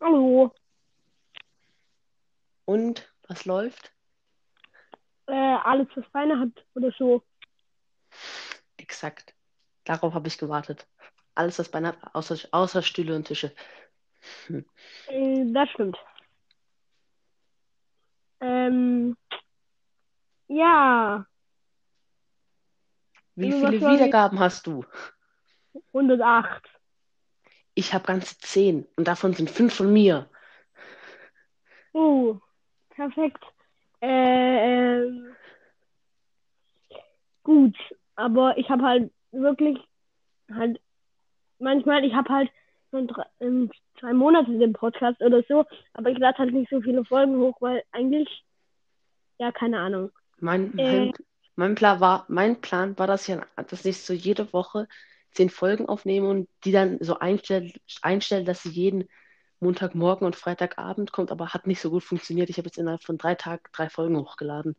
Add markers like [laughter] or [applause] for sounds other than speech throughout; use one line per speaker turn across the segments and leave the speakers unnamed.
Hallo.
Und was läuft?
Äh, alles, was Beine hat oder so.
Exakt. Darauf habe ich gewartet. Alles, was beinahe außer, außer Stühle und Tische.
Äh, das stimmt. Ähm, ja,
Wie
Äh,
viele
was soll ich-
Wiedergaben hast du?
108.
Ich habe ganze zehn und davon sind fünf von mir.
Oh, perfekt. Äh, ähm, gut, aber ich habe halt wirklich halt manchmal, ich habe halt schon drei, ähm, zwei Monate den Podcast oder so, aber ich lade halt nicht so viele Folgen hoch, weil eigentlich, ja, keine Ahnung.
Mein, mein, mein, Plan war, mein Plan war, dass ich, an- dass ich so jede Woche zehn Folgen aufnehme und die dann so einstelle, einstelle, dass sie jeden Montagmorgen und Freitagabend kommt, aber hat nicht so gut funktioniert. Ich habe jetzt innerhalb von drei Tagen drei Folgen hochgeladen.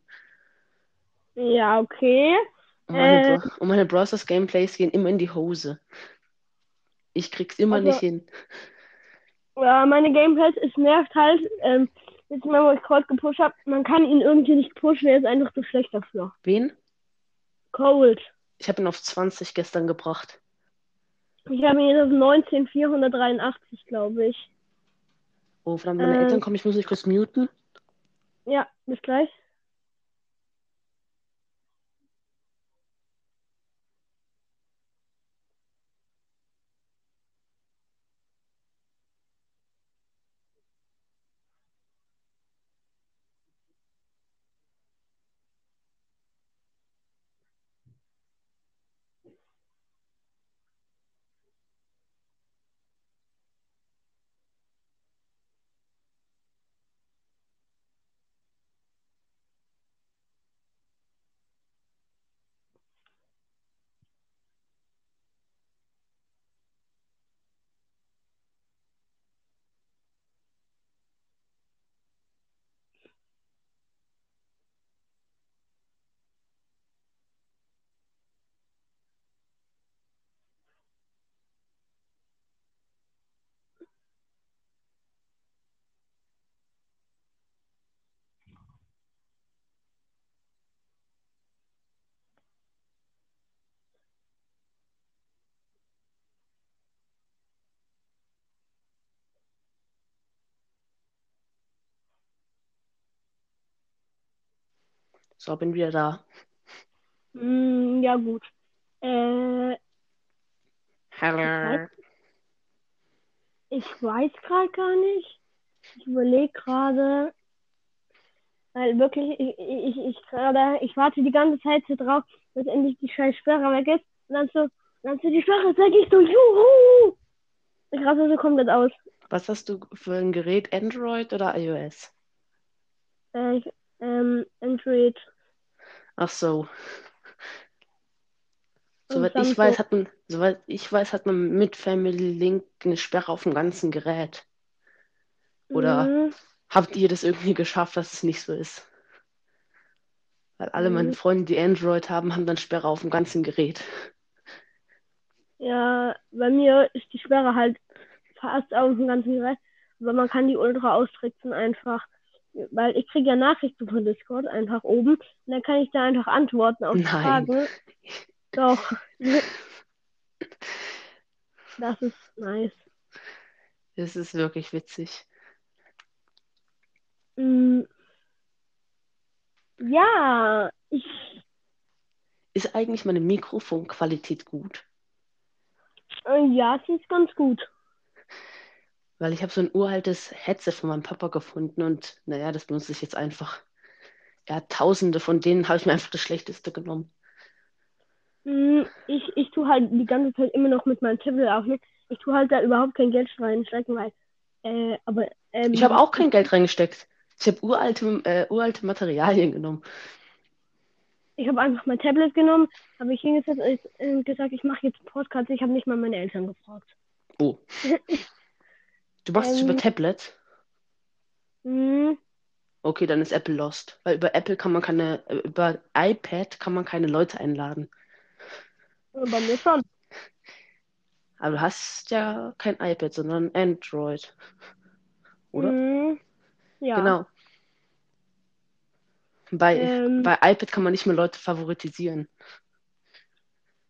Ja, okay.
Und meine,
Äh.
Bra und meine Browsers Gameplays gehen immer in die Hose. Ich krieg's immer
Also-
nicht hin.
Ja, meine Gameplays, es nervt halt. Ähm, jetzt mal, wo ich Cold gepusht habe, man kann ihn irgendwie nicht pushen, er ist einfach zu schlecht dafür.
Wen?
Cold.
Ich habe ihn auf 20 gestern gebracht.
Ich habe ihn jetzt auf 19483, glaube ich.
Oh, verdammt, meine
Äh.
Eltern kommen, ich muss mich kurz muten.
Ja, bis gleich.
So, bin wieder da.
Mm, ja, gut. Äh,
Hallo.
ich weiß gerade gar nicht. Ich überlege gerade. Weil wirklich, ich, ich, ich gerade, ich warte die ganze Zeit so drauf, dass endlich die scheiß Sperre weg ist. Und dann so, dann so die Sperre ist weg. Ich so, juhu! Ich raste so komplett aus.
Was hast du für ein Gerät? Android oder iOS?
Äh, ich- ähm, Android.
Ach so.
Und
Soweit
Samsung.
ich weiß, hat man, soweit ich weiß, hat man mit Family Link eine Sperre auf dem ganzen Gerät. Oder-
Mhm.
Habt ihr das irgendwie geschafft, dass es nicht so ist? Weil alle
Mhm.
meine Freunde, die Android haben, haben dann Sperre auf dem ganzen Gerät.
Ja, bei mir ist die Sperre halt fast auf dem ganzen Gerät, aber man kann die Ultra austricksen einfach. Weil ich kriege ja Nachrichten von Discord einfach oben und dann kann ich da einfach antworten auf die
Nein.
Fragen. Doch. Das ist nice.
Das ist wirklich witzig.
Mm. Ja, ich,
Ist eigentlich meine Mikrofonqualität gut?
äh, ja, es ist ganz gut.
Weil ich habe so ein uraltes Headset von meinem Papa gefunden und naja, das benutze ich jetzt einfach. Er hat tausende von denen, habe ich mir einfach das schlechteste genommen.
Mm, Ich, ich tue halt die ganze Zeit immer noch mit meinem Tablet aufnehmen. Ich tue halt da überhaupt kein Geld reinstecken, weil, äh, aber, ähm,
Ich habe auch kein Geld reingesteckt. Ich habe uralte, äh, uralte Materialien genommen.
Ich habe einfach mein Tablet genommen, habe ich hingesetzt und äh, gesagt, ich mache jetzt einen Podcast. Ich habe nicht mal meine Eltern gefragt.
[laughs] Oh. Du machst es
Ähm.
über Tablet?
Hm,
Okay, dann ist Apple lost. Weil über Apple kann man keine, äh, über iPad kann man keine Leute einladen.
bei mir schon.
Aber du hast ja kein iPad, sondern Android. [laughs] oder?
Mhm. Ja.
Genau. Bei,
Ähm.
bei iPad kann man nicht mehr Leute favoritisieren.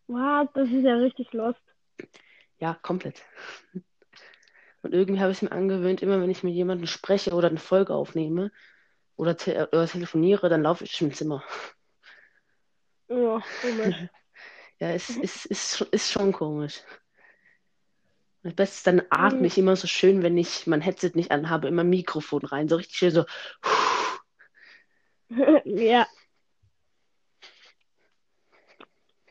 Wow, das ist ja richtig lost.
Ja, komplett. [laughs] Und irgendwie habe ich mir angewöhnt, immer wenn ich mit jemandem spreche oder eine Folge aufnehme oder, te äh, oder telefoniere, dann laufe ich im Zimmer.
Ja, Oh, komisch.
Ja, es ist, ist, schon- ist schon komisch. Das Beste ist, dann atme ich immer so schön, wenn ich mein Headset nicht anhabe, immer Mikrofon rein. So richtig schön so.
ja.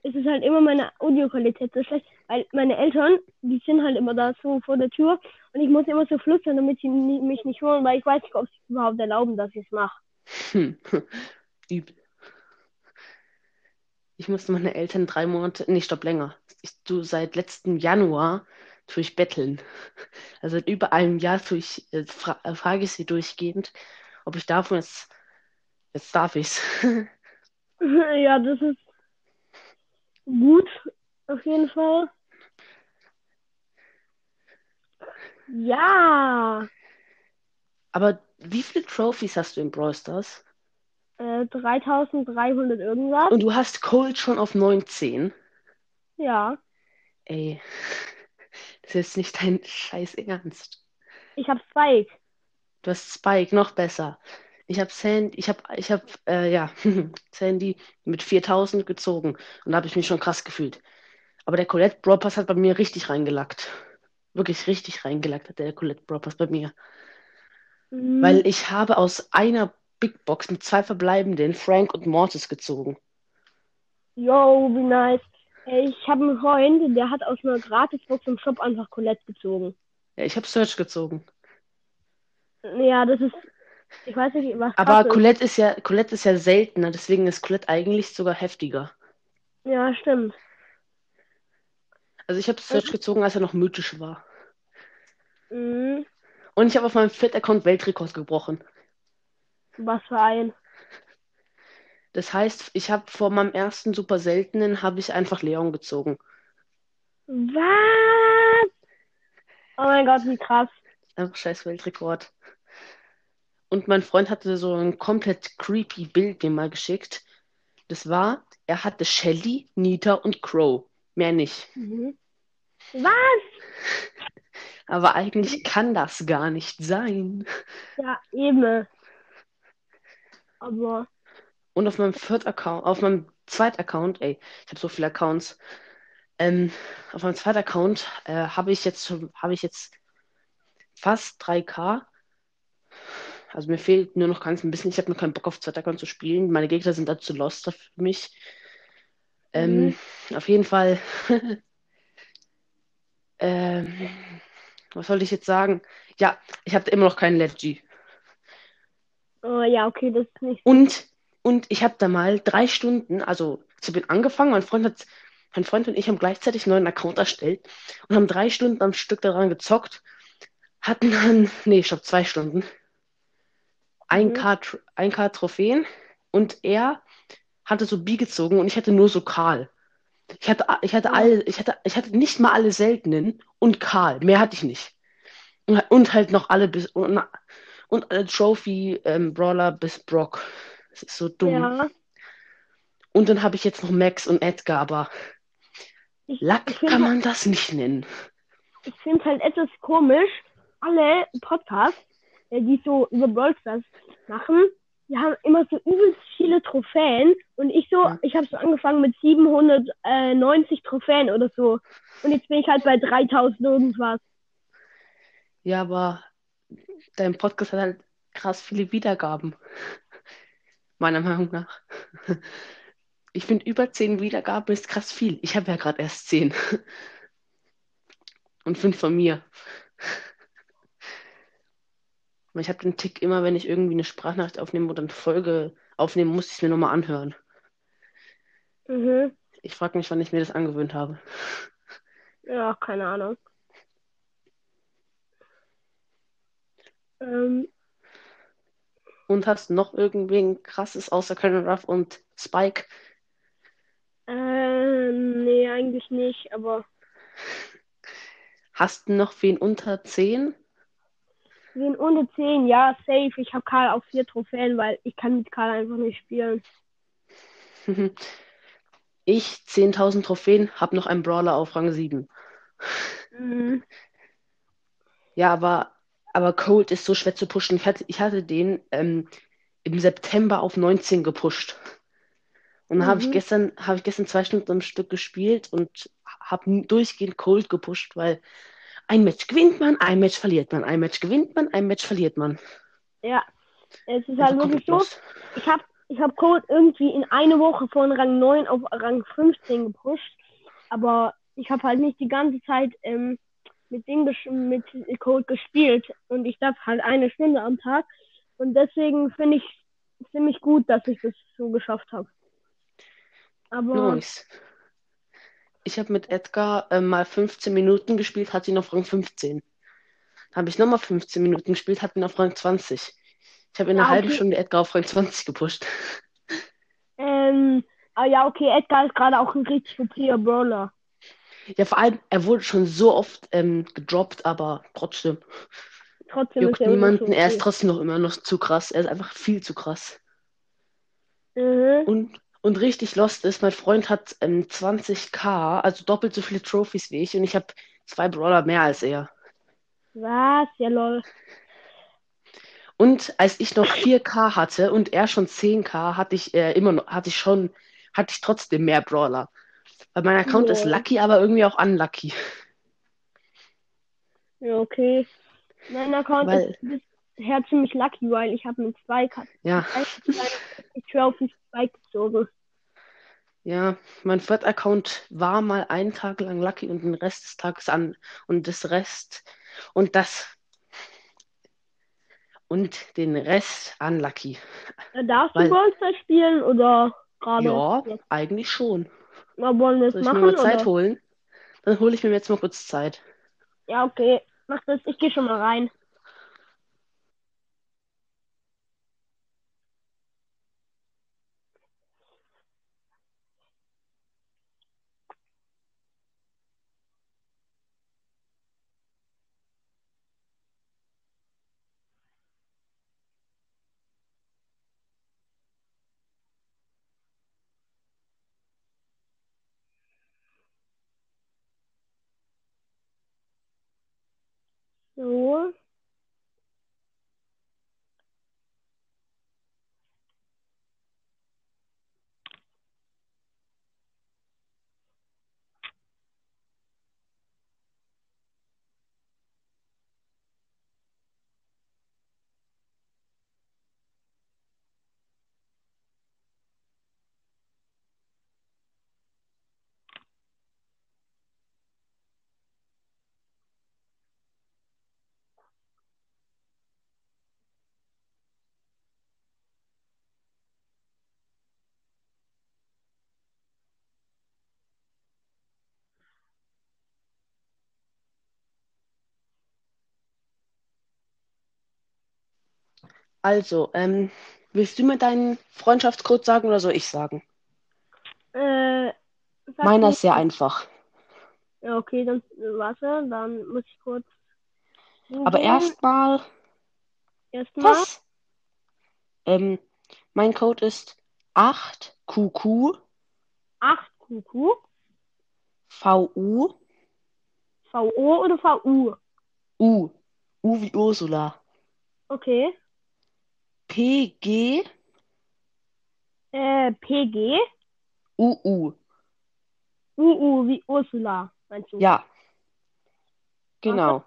Es ist halt immer meine Audioqualität so schlecht, weil meine Eltern, die sind halt immer da so vor der Tür und ich muss immer so flüstern, damit sie ni- mich nicht hören, weil ich weiß nicht, ob sie es überhaupt erlauben, dass ich es mache.
Hm. [laughs] Übel. Ich musste meine Eltern drei Monate, nee, stopp, länger. Ich, du, seit letztem Januar tue ich betteln. [laughs] Also seit über einem Jahr tue ich, äh, fra äh, frage ich sie durchgehend, ob ich darf und jetzt, jetzt darf ich's.
[laughs]
[laughs]
ja, das ist gut, auf jeden Fall. Ja,
Aber wie viele Trophies hast du in Brawl Stars?
äh, 3300 irgendwas.
Und du hast Cold schon auf 19.
Ja,
Ey, [laughs] das ist jetzt nicht dein scheiß Ernst.
ich habe Spike.
Du hast Spike, noch besser. Ich habe Sandy, ich habe, ich habe, äh, ja, [laughs] Sandy mit 4000 gezogen und da habe ich mich schon krass gefühlt. Aber der Colette Brawl Pass hat bei mir richtig reingelackt. Wirklich richtig reingelackt hat der Colette Brawl Pass bei mir.
Mhm.
Weil ich habe aus einer Big Box mit zwei verbleibenden Frank und Mortis gezogen.
Yo, wie nice. Ey, Ich habe einen Freund, der hat aus einer Gratisbox im Shop einfach Colette gezogen.
Ja, ich habe Search gezogen.
Ja, das ist. Ich weiß nicht, was.
Aber
krass ist.
Colette ist ja, Colette ist ja seltener, deswegen ist Colette eigentlich sogar heftiger.
Ja, stimmt.
Also ich habe Search gezogen, als er noch mythisch war.
Mhm.
Und ich habe auf meinem Fit-Account Weltrekord gebrochen.
Was für ein.
Das heißt, ich habe vor meinem ersten super seltenen habe ich einfach Leon gezogen.
Was? Oh mein Gott, wie krass.
Einfach scheiß Weltrekord. Und mein Freund hatte so ein komplett creepy Bild mir mal geschickt. Das war, er hatte Shelly, Nita und Crow. Mehr nicht.
Mhm. Was?
Aber eigentlich kann das gar nicht sein.
Ja, eben. Aber.
Und auf meinem vierten Account, auf meinem zweiten Account, ey, ich habe so viele Accounts. Ähm, auf meinem zweiten Account äh, habe ich jetzt schon, habe ich jetzt fast 3K. Also mir fehlt nur noch ganz ein bisschen. Ich habe noch keinen Bock auf zweiter Account zu spielen. Meine Gegner sind dazu lost für mich. Ähm, Auf jeden Fall. [laughs] ähm, was soll ich jetzt sagen? Ja, ich habe immer noch keinen Leggy.
Oh ja, okay, das ist nicht.
Und, und ich habe da mal drei Stunden, also ich habe ihn angefangen, mein Freund hat, mein Freund und ich haben gleichzeitig einen neuen Account erstellt und haben drei Stunden am Stück daran gezockt, hatten dann, [laughs] nee, ich glaube zwei Stunden, ein
Mhm.
K, Tr- ein K Trophäen und er hatte so B gezogen und ich hatte nur so Karl. Ich hatte, a- ich hatte
Ja.
alle, ich hatte, ich hatte nicht mal alle seltenen und Karl, mehr hatte ich nicht. Und, und halt noch alle bis und, und alle Trophy ähm, Brawler bis Brock. Das ist so dumm.
Ja.
Und dann habe ich jetzt noch Max und Edgar, aber
Ich, ich halt
Lack
finde
kann man das nicht nennen.
ich finde es halt etwas komisch, alle Podcasts, äh, die so über Brawl Stars machen, die haben immer so übelst viele Trophäen und ich so,
Ja.
ich habe so angefangen mit 790 Trophäen oder so und jetzt bin ich halt bei 3000 irgendwas.
Ja, aber dein Podcast hat halt krass viele Wiedergaben. [laughs] Meiner Meinung nach. [laughs] Ich finde, über 10 Wiedergaben ist krass viel. Ich habe ja gerade erst 10. [laughs] Und 5 von mir. [laughs] Aber Ich habe den Tick immer, wenn ich irgendwie eine Sprachnachricht aufnehme oder eine Folge aufnehmen muss, ich es mir nochmal anhören.
Mhm.
Ich frage mich, wann ich mir das angewöhnt habe.
Ja, keine Ahnung. Ähm,
Und hast noch irgendwen krasses außer Colonel Ruff und Spike?
ähm, nee, eigentlich nicht, aber
Hast du noch wen unter 10?
Wen ohne 10, ja, safe. Ich habe Karl auf 4 Trophäen, weil ich kann mit Karl einfach nicht spielen.
Mhm. Ich 10.000 Trophäen, hab noch einen Brawler auf Rang 7.
Mhm.
Ja, aber, aber Cold ist so schwer zu pushen. Ich hatte, ich hatte den ähm, im September auf 19 gepusht. Und dann habe ich
Mhm.
gestern, habe ich gestern zwei Stunden am Stück gespielt und habe durchgehend Cold gepusht, weil ein Match gewinnt man, ein Match verliert man, ein Match gewinnt man, ein Match verliert man.
Ja. Es ist
Einfach
halt wirklich
komplett
so.
los.
Ich habe ich hab Code irgendwie in eine Woche von Rang 9 auf Rang 15 gepusht. Aber ich habe halt nicht die ganze Zeit ähm, mit dem gesch- mit Code gespielt. Und ich darf halt eine Stunde am Tag. Und deswegen finde ich ziemlich gut, dass ich das so geschafft habe. Aber
Nice. Ich habe mit Edgar äh, mal 15 Minuten gespielt, hatte ihn auf Rang 15. Dann habe ich nochmal 15 Minuten gespielt, hatte ihn auf Rang 20. Ich habe in einer
ja,
halben
Ah, okay.
Stunde Edgar auf Rang 20 gepusht.
Ähm, ah ja, okay, Edgar ist gerade auch ein richtig okayer Brawler.
Ja, vor allem, er wurde schon so oft ähm, gedroppt, aber trotzdem
Trotzdem ist
juckt
er immer noch so
niemanden. Er ist
okay.
trotzdem noch immer noch zu krass. Er ist einfach viel zu krass.
Mhm.
Und, und richtig lost ist, mein Freund hat ähm, 20k, also doppelt so viele Trophies wie ich, und ich habe zwei Brawler mehr als er.
Was? Ja, lol.
Und als ich noch 4K hatte und er schon 10K, hatte ich äh, immer noch, hatte ich schon, hatte ich trotzdem mehr Brawler. Weil mein Account ist
Lol.
lucky, aber irgendwie auch unlucky.
Ja, okay. Mein Account ist
Weil,
bisher ziemlich lucky, weil ich habe mit zwei, Ka-
ja,
mit 142 Trophies Spike gezogen.
ja, mein Third-Account war mal einen Tag lang lucky und den Rest des Tages an und das Rest und das und den Rest unlucky.
Äh, Darfst du
Weil,
Brawl Stars spielen oder gerade?
ja,
jetzt?
eigentlich schon.
Mal wollen wir es
Soll ich mir mal
machen
Zeit
oder?
holen? Dann hole ich mir jetzt mal kurz Zeit.
Ja, okay. Mach das. Ich gehe schon mal rein. So.
Also, ähm, willst du mir deinen Freundschaftscode sagen oder soll ich sagen?
Äh, sag
Meiner
du.
ist sehr einfach.
Ja, okay, dann äh, warte. Dann muss ich kurz
Aber
googeln.
erstmal
Erstmal.
was? Ähm, mein Code ist 8QQ
8 QQ.
VU
VO oder VU?
U. U wie Ursula.
Okay.
PG
Äh, PG.
UU.
UU wie Ursula, meinst du?
Ja,
Warte.
genau.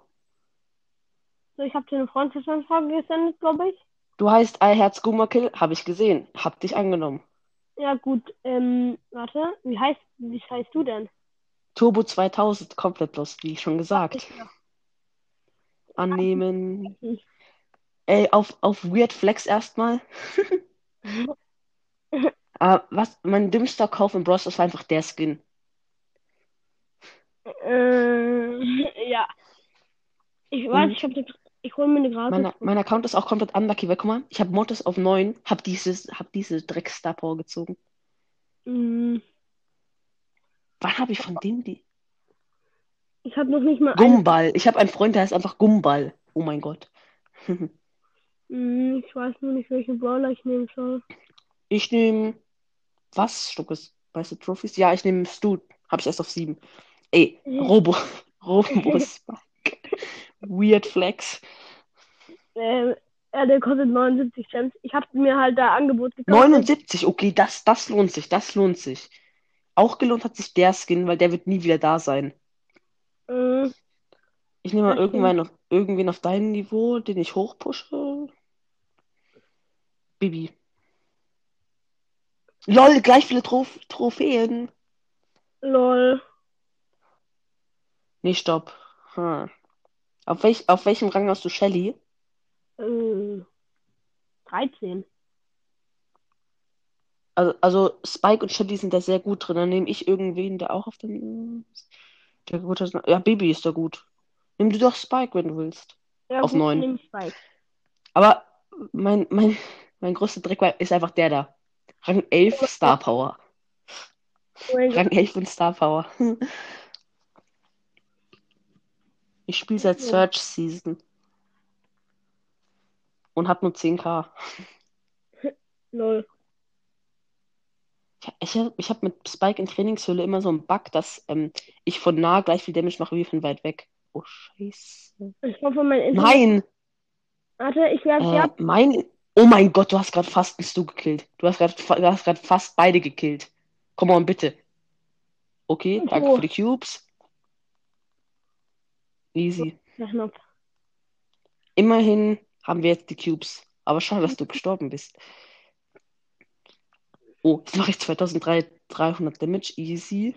So, ich habe dir eine Freundschaftsanfrage gesendet, glaube ich.
Du heißt Allherz Gummerkill, habe ich gesehen. Hab dich angenommen.
Ja, gut. Ähm, warte. Wie heißt, wie heißt du denn?
Turbo 2000, komplett lost, wie schon
Dachte ich
gesagt.
mir.
Annehmen.
Hm.
Ey, auf, auf Weird Flex erstmal. Ah, was? Mein dümmster Kauf in Brawl Stars war einfach der Skin.
äh, [laughs] ja. Ich weiß,
Und
ich hab ne, ich hole mir eine gratis.
mein, mein Account ist auch komplett unlucky, weil guck mal, ich habe Mortis auf 9, habe dieses, hab diese Drecks-Star Power gezogen.
Hm,
Wann habe ich von dem die?
ich habe noch nicht mal eine.
Gumball. Ich habe einen Freund, der heißt einfach Gumball. Oh mein Gott.
Hm, ich weiß nur nicht, welchen Brawler ich nehmen soll.
Ich nehme. Was, Stuckes? Weißt du, Trophies? Ja, ich nehme Stu. Habe ich erst auf sieben. Ey, Robo. Robo ist Weird Flex.
Ähm, ja, der kostet 79 Gems. Ich habe mir halt da Angebot gekauft.
79, okay, das, das lohnt sich, das lohnt sich. Auch gelohnt hat sich der Skin, weil der wird nie wieder da sein.
Äh,
Ich nehme mal
Das stimmt.
irgendwann auf, irgendwen auf deinem Niveau, den ich hochpushe. Bibi. Lol, gleich viele Tro Trophäen.
lol.
Nee, stopp. Hm. Auf, welch, auf welchem Rang hast du Shelly?
Äh, 13.
Also, also Spike und Shelly sind da sehr gut drin. Dann nehme ich irgendwen, der auch auf dem. Der gut ist. Ja, Bibi ist da gut. Nimm du doch Spike, wenn du willst.
Ja,
Auf
gut,
neun.
dann nehme ich Spike.
Aber mein, mein, mein größter Dreck war- ist einfach der da. Rang 11 Star Power.
Oh mein Gott.
Rang 11 und Star Power. [laughs] Ich spiele seit Search Season und habe nur 10k.
Lol.
Ja, Ich, hab- ich habe mit Spike in Trainingshöhle immer so einen Bug, dass ähm, ich von nah gleich viel Damage mache wie von weit weg. Oh, scheiße.
Ich hoffe, mein Internet.
Nein!
Warte, ich werfe sie
Äh,
ab.
mein. Oh mein Gott, du hast gerade fast einen Stu gekillt. Du hast gerade fa- du hast gerade fast beide gekillt. Komm on, bitte. Okay, danke
So.
für die Cubes. Easy.
Der Knopf.
Immerhin haben wir jetzt die Cubes. Aber
[laughs]
schade, dass du gestorben bist. Oh, jetzt mache ich 2300 Damage. Easy.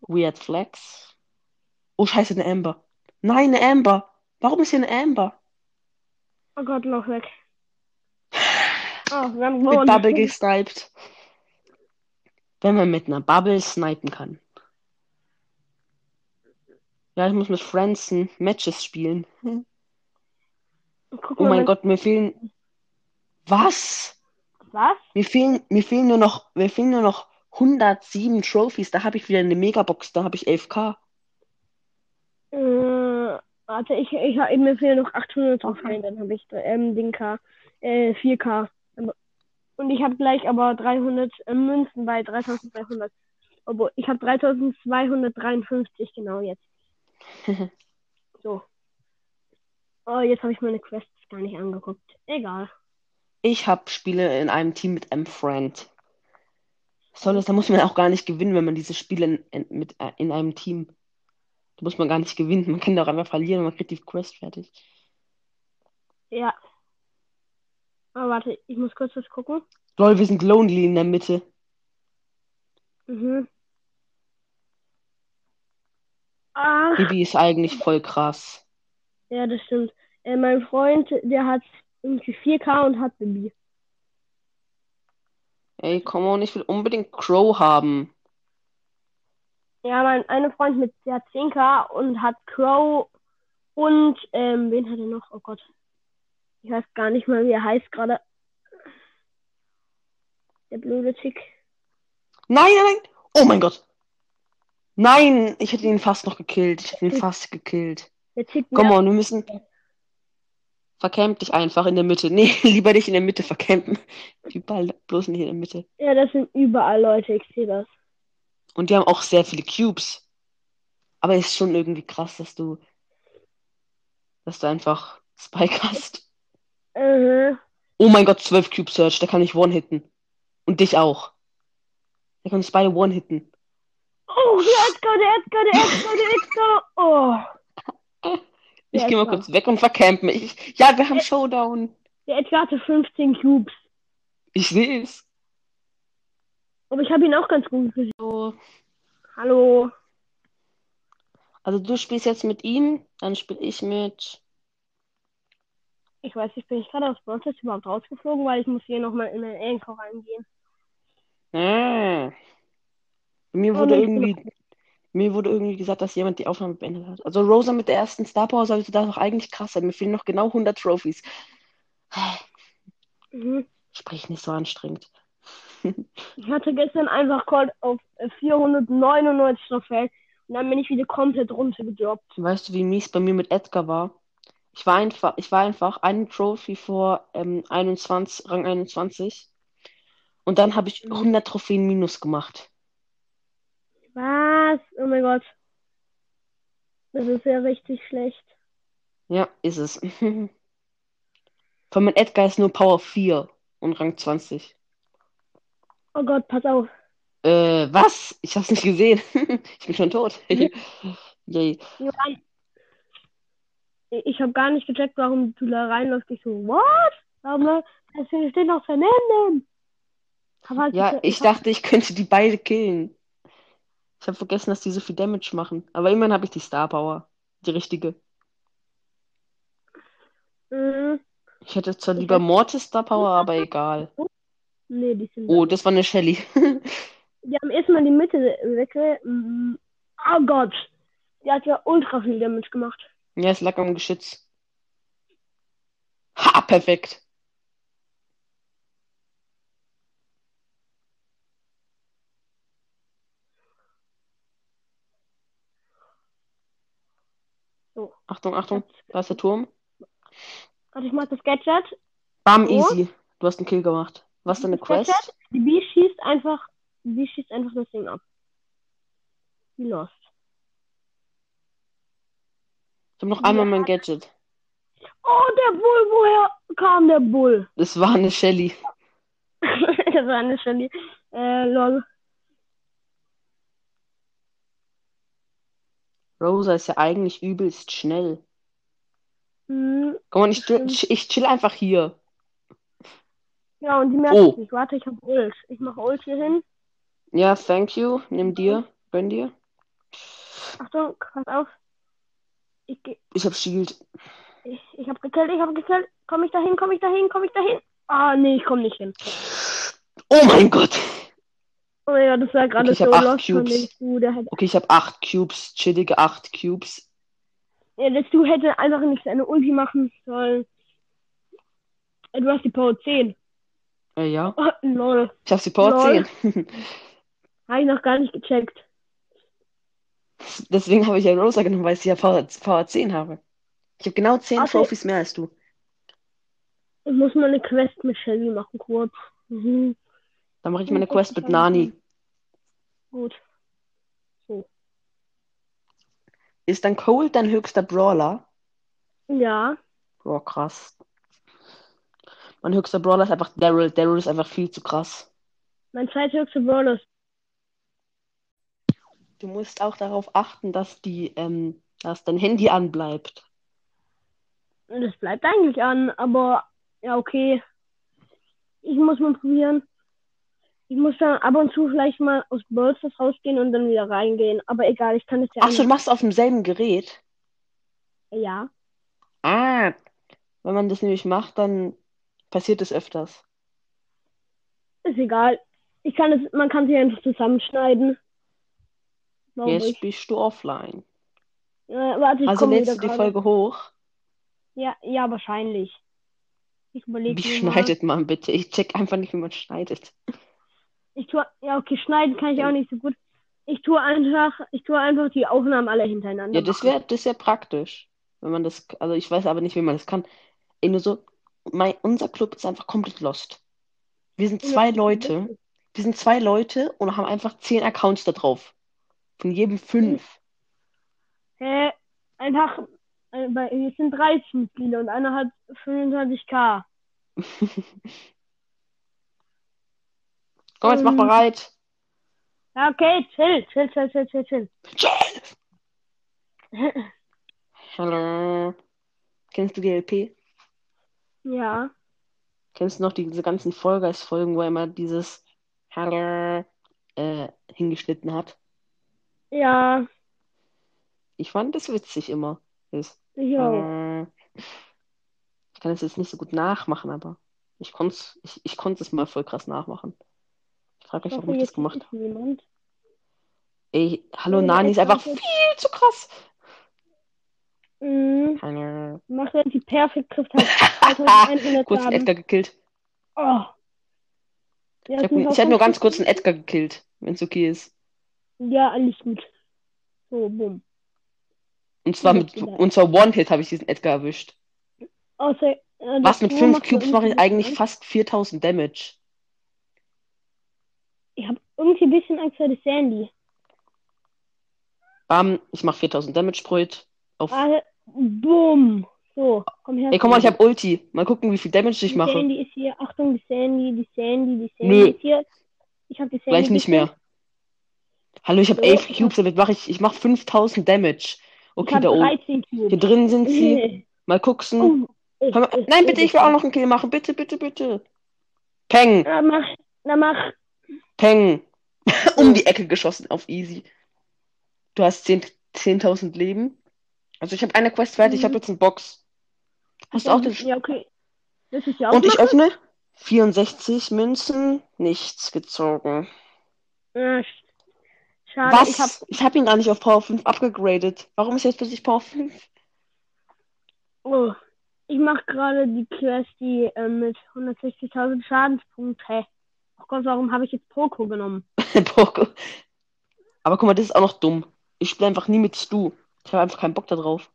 Weird Flex. Oh, scheiße, eine Amber. Nein, eine Amber. Warum ist hier eine Amber?
Oh Gott, noch weg. Oh, wir haben [laughs]
Mit Bubble
gewonnen.
gesniped. Wenn man mit einer Bubble snipen kann. Ja, ich muss mit Franzen Matches spielen.
Guck
Oh
mal,
mein
mein
Gott, mir fehlen. Was?
was?
Mir fehlen, mir fehlen nur noch, mir fehlen nur noch 107 Trophies. Da habe ich wieder eine Megabox, da habe ich 11k.
Äh, warte, ich, ich eben mir fehlen noch 800 Trophäen, dann habe ich ähm, den K, äh, 4K. Und ich habe gleich aber 300 äh, Münzen bei 3300. Obwohl, ich habe 3253 genau
[laughs]
jetzt. So. Oh, jetzt habe ich meine Quests gar nicht angeguckt. Egal.
Ich habe Spiele in einem Team mit einem Friend. Soll das, da muss man auch gar nicht gewinnen, wenn man diese Spiele in, in, mit, äh, in einem Team. Da muss man gar nicht gewinnen. Man kann da auch einfach verlieren und man kriegt die Quest fertig.
Ja. Aber warte, ich muss kurz was gucken.
Lol, wir sind lonely in der Mitte.
Mhm. Ach,
Bibi ist eigentlich voll krass.
ja, das stimmt. Äh, mein Freund, der hat irgendwie 4K und hat Baby.
Ey, komm on, ich will unbedingt Crow haben.
Ja, mein eine Freund mit der hat 10K und hat Crow und ähm, wen hat er noch? Oh Gott. Ich weiß gar nicht mal, wie er heißt gerade. Der blöde Chick.
Nein, nein, nein. Oh mein Gott. Nein, ich hätte ihn fast noch gekillt. Ich hätte ihn fast gekillt.
Der Chick
Komm
nervt.
on, wir müssen. Verkämmt dich einfach in der Mitte. Nee, [laughs] lieber dich in der Mitte verkämpfen. Überall, bloß nicht in der Mitte.
Ja, das sind überall Leute, ich sehe das.
Und die haben auch sehr viele Cubes. Aber ist schon irgendwie krass, dass du, dass du einfach Spike hast.
Äh,
Oh mein Gott, 12 Cube Search, der kann ich one-hitten. Und dich auch. Der kann uns beide one-hitten.
oh, der Edgar, der Edgar, der Edgar, der Edgar. Oh,
Ich
Ja,
gehe mal
klar.
kurz weg und vercamp mich. Ja, wir haben Showdown.
der Edgar hatte 15 Cubes.
Ich sehe es.
Aber ich habe ihn auch ganz gut gesehen.
So.
Hallo.
Also du spielst jetzt mit ihm, dann spiele ich mit.
Ich weiß nicht, bin ich gerade aus Bronze überhaupt rausgeflogen, weil ich muss hier nochmal in den Einkauf reingehen.
Ah. Mir
Oh,
wurde
nee, ich bin
irgendwie, mir wurde irgendwie gesagt, dass jemand die Aufnahme beendet hat. Also Rosa mit der ersten Star Power sollte da doch eigentlich krass sein. Mir fehlen noch genau 100 Trophies.
Mhm.
Sprich nicht so anstrengend.
Ich hatte gestern einfach Call auf äh, 499 Trophäen und dann bin ich wieder komplett runtergedroppt.
Weißt du, wie mies bei mir mit Edgar war? Ich war einfach, ich war einfach eine Trophy vor ähm, 21, Rang 21. Und dann habe ich 100 Trophäen minus gemacht.
Was? Oh mein Gott. Das ist ja richtig schlecht.
Ja, ist es. [laughs] Von meinem Edgar ist nur Power 4 und Rang 20.
Oh Gott, pass auf.
Äh, was? Ich hab's nicht gesehen. [laughs] ich bin schon tot. [laughs]
Ja.
Yay.
Johann, ich habe gar nicht gecheckt, warum du da reinläufst. Ich so, what? Warum? Deswegen steht noch Fernando. Aber halt
Ja,
diese-
Also ich dachte, ich könnte die beide killen. Ich habe vergessen, dass die so viel Damage machen. Aber immerhin habe ich die Star Power. Die richtige.
Mhm.
Ich hätte zwar
Ich
lieber
hab-
Mortis Star Power, aber egal.
Nee, die sind.
Oh, das war eine Shelly. [laughs]
Die haben erstmal die Mitte wegge. Mhm. Oh Gott. Die hat ja ultra viel Damage gemacht.
ja, es lag am Geschütz. Ha, perfekt.
So.
Achtung, Achtung. Da ist der Turm.
Warte, ich mach das Gadget.
Bam,
Oh.
easy. Du hast einen Kill gemacht. Was deine
Das Gadget?
Quest?
Die B schießt einfach. Die B schießt einfach das Ding ab. Die Lost.
Ich habe noch
Ja.
einmal mein Gadget.
Oh, der Bull, woher kam der Bull? [laughs]
Das war eine Shelly.
das war eine Shelly. Äh, lol.
Rosa ist ja eigentlich übelst schnell.
Hm.
Komm mal, ich, chill-
Stimmt.
ich chill einfach hier.
Ja, und die merkt
Oh.
es nicht. Warte, ich hab Ult. Ich mache Ult hier hin.
Ja, thank you. Nimm dir. Gönn dir.
Achtung, pass auf. Ich, geh-
Ich hab Shield.
ich, ich hab gekillt, ich hab gekillt. Komm ich dahin, komm ich dahin, komm ich dahin? Ah, nee, ich komm nicht hin.
Oh mein Gott.
Oh ja, das war gerade
Okay, ich
so
hab acht
lost von
Cubes.
dem Du. Der hätte,
Okay, ich habe acht Cubes. Chillige acht Cubes.
ja, das Du hätte einfach nicht seine Ulti machen sollen. Äh, Du hast die Power 10.
Äh, ja.
Oh, lol.
Ich hab Support
Lol.
10.
Habe ich noch gar nicht gecheckt.
[laughs] Deswegen habe ich ja Rosa genommen, weil ich ja Power, Power 10 habe. Ich habe genau 10
Okay.
Trophies mehr als du.
Ich muss mal eine Quest mit Shelly machen, kurz. Mhm.
Dann mache ich meine
Ich
Quest
hab
mit Nani.
Gut.
Ist dann Cold dein höchster Brawler?
Ja.
Boah, krass. Mein höchster Brawler ist einfach Daryl. Daryl ist einfach viel zu krass.
Mein zweithöchster Brawler ist
Du musst auch darauf achten, dass die, ähm, dass dein Handy anbleibt.
Das bleibt eigentlich an, aber ja, okay. Ich muss mal probieren. Ich muss dann ab und zu vielleicht mal aus Bolsters rausgehen und dann wieder reingehen. Aber egal, ich kann das ja.
Ach so, du machst auf demselben Gerät.
anders- Ja.
Ah. Wenn man das nämlich macht, dann passiert es öfters.
Ist egal. Ich kann es, man kann sich einfach zusammenschneiden. Glaub
Jetzt
ich.
bist du offline.
Äh, warte, ich
Also
komme
lädst
wieder
du die
gerade.
Folge hoch.
Ja, ja, wahrscheinlich. Ich überlege
Wie schneidet man bitte? Ich check einfach nicht, wie man schneidet.
Ich tue, ja, okay, schneiden kann ich auch nicht so gut. Ich tue einfach, ich tue einfach die Aufnahmen alle hintereinander.
Ja, das wäre das wär praktisch. Wenn man das, also ich weiß aber nicht, wie man das kann. Ey, nur so, mein, unser Club ist einfach komplett lost. Wir sind
Ja,
zwei
das ist
Leute.
wirklich.
Wir sind zwei Leute und haben einfach zehn Accounts da drauf. Von jedem fünf.
Hä? Einfach, äh, bei, es sind 30 Mitglieder und einer hat 25k.
Komm, jetzt mach
Ähm.
bereit.
Ja, okay, chill, chill, chill, chill, chill, chill.
Hallo. Kennst du GLP?
Ja.
Kennst du noch diese ganzen Fall Guys-Folgen, wo er immer dieses Hallo äh, hingeschnitten hat?
Ja,
Ich fand das witzig immer. Das
ich auch.
Äh, Ich kann es jetzt nicht so gut nachmachen, aber ich konnte es ich, ich konnt's es mal voll krass nachmachen. Ich frage mich,
Ich
warum
hoffe,
ich das
jetzt
gemacht
ist niemand.
Ey, hallo
Ja,
Nani
ich
ist einfach
mach jetzt-
viel zu krass.
Mhm.
Hallo.
Mach jetzt die perfekt trifft
[laughs]
halt 2100
Kurz einen
haben.
Edgar gekillt.
Oh. Ja,
Ich,
es
hab,
sind
ich
noch
hätte nur ganz
50.
kurz einen Edgar gekillt, wenn es okay ist.
Ja, alles gut. So, bumm.
Und zwar
Ja,
mit
genau. [laughs]
und zwar One-Hit habe ich diesen Edgar erwischt.
Außer, äh,
Was,
das
mit
Tor
5
macht nur
Cubes mache ich
irgendwie-
eigentlich fast 4000 Damage.
Ich habe irgendwie ein bisschen Angst vor der Sandy.
Bam, ich mache 4000 Damage pro Hit. Auf...
Ah, bumm. So, komm her.
Ey, komm mal, ich habe Ulti. Mal gucken, wie viel Damage ich
die
mache.
Sandy ist hier. Achtung, die Sandy, die Sandy, die Sandy
Nö.
ist hier. Ich habe die Sandy.
Gleich nicht mehr. Hallo, ich habe
So,
11
ich hab-
Cubes, damit mache ich, ich mache 5000 Damage.
Ich
Okay,
habe
da oben.
13
Hier
Cubes.
drin
[laughs]
sind sie. Mal gucken.
Oh, ich-
Komm,
ich-
Hm. nein, bitte, ich will auch noch einen Kill machen. Bitte, bitte, bitte. Peng,
Na, mach, na, mach.
peng. Um die Ecke geschossen auf easy. Du hast 10 10.000 Leben. Also ich habe eine Quest fertig, ich habe
Mhm.
jetzt eine Box. Hast du auch den...
Ja, okay. Das ist ja auch
Und ich öffne 64 Münzen, nichts gezogen.
Ah, sch- Schade,
Was?
ich hab.
Ich hab ihn gar nicht auf Power 5 abgegradet. Warum ist jetzt plötzlich Power [laughs] 5?
Oh, ich mach gerade die Quest, die äh, mit 160.000 Schadenspunkte. Oh Gott, warum habe ich jetzt Poco genommen?
Poco. Aber guck mal, das ist auch noch dumm. Ich spiele einfach nie mit Stu. Ich habe einfach keinen Bock da drauf.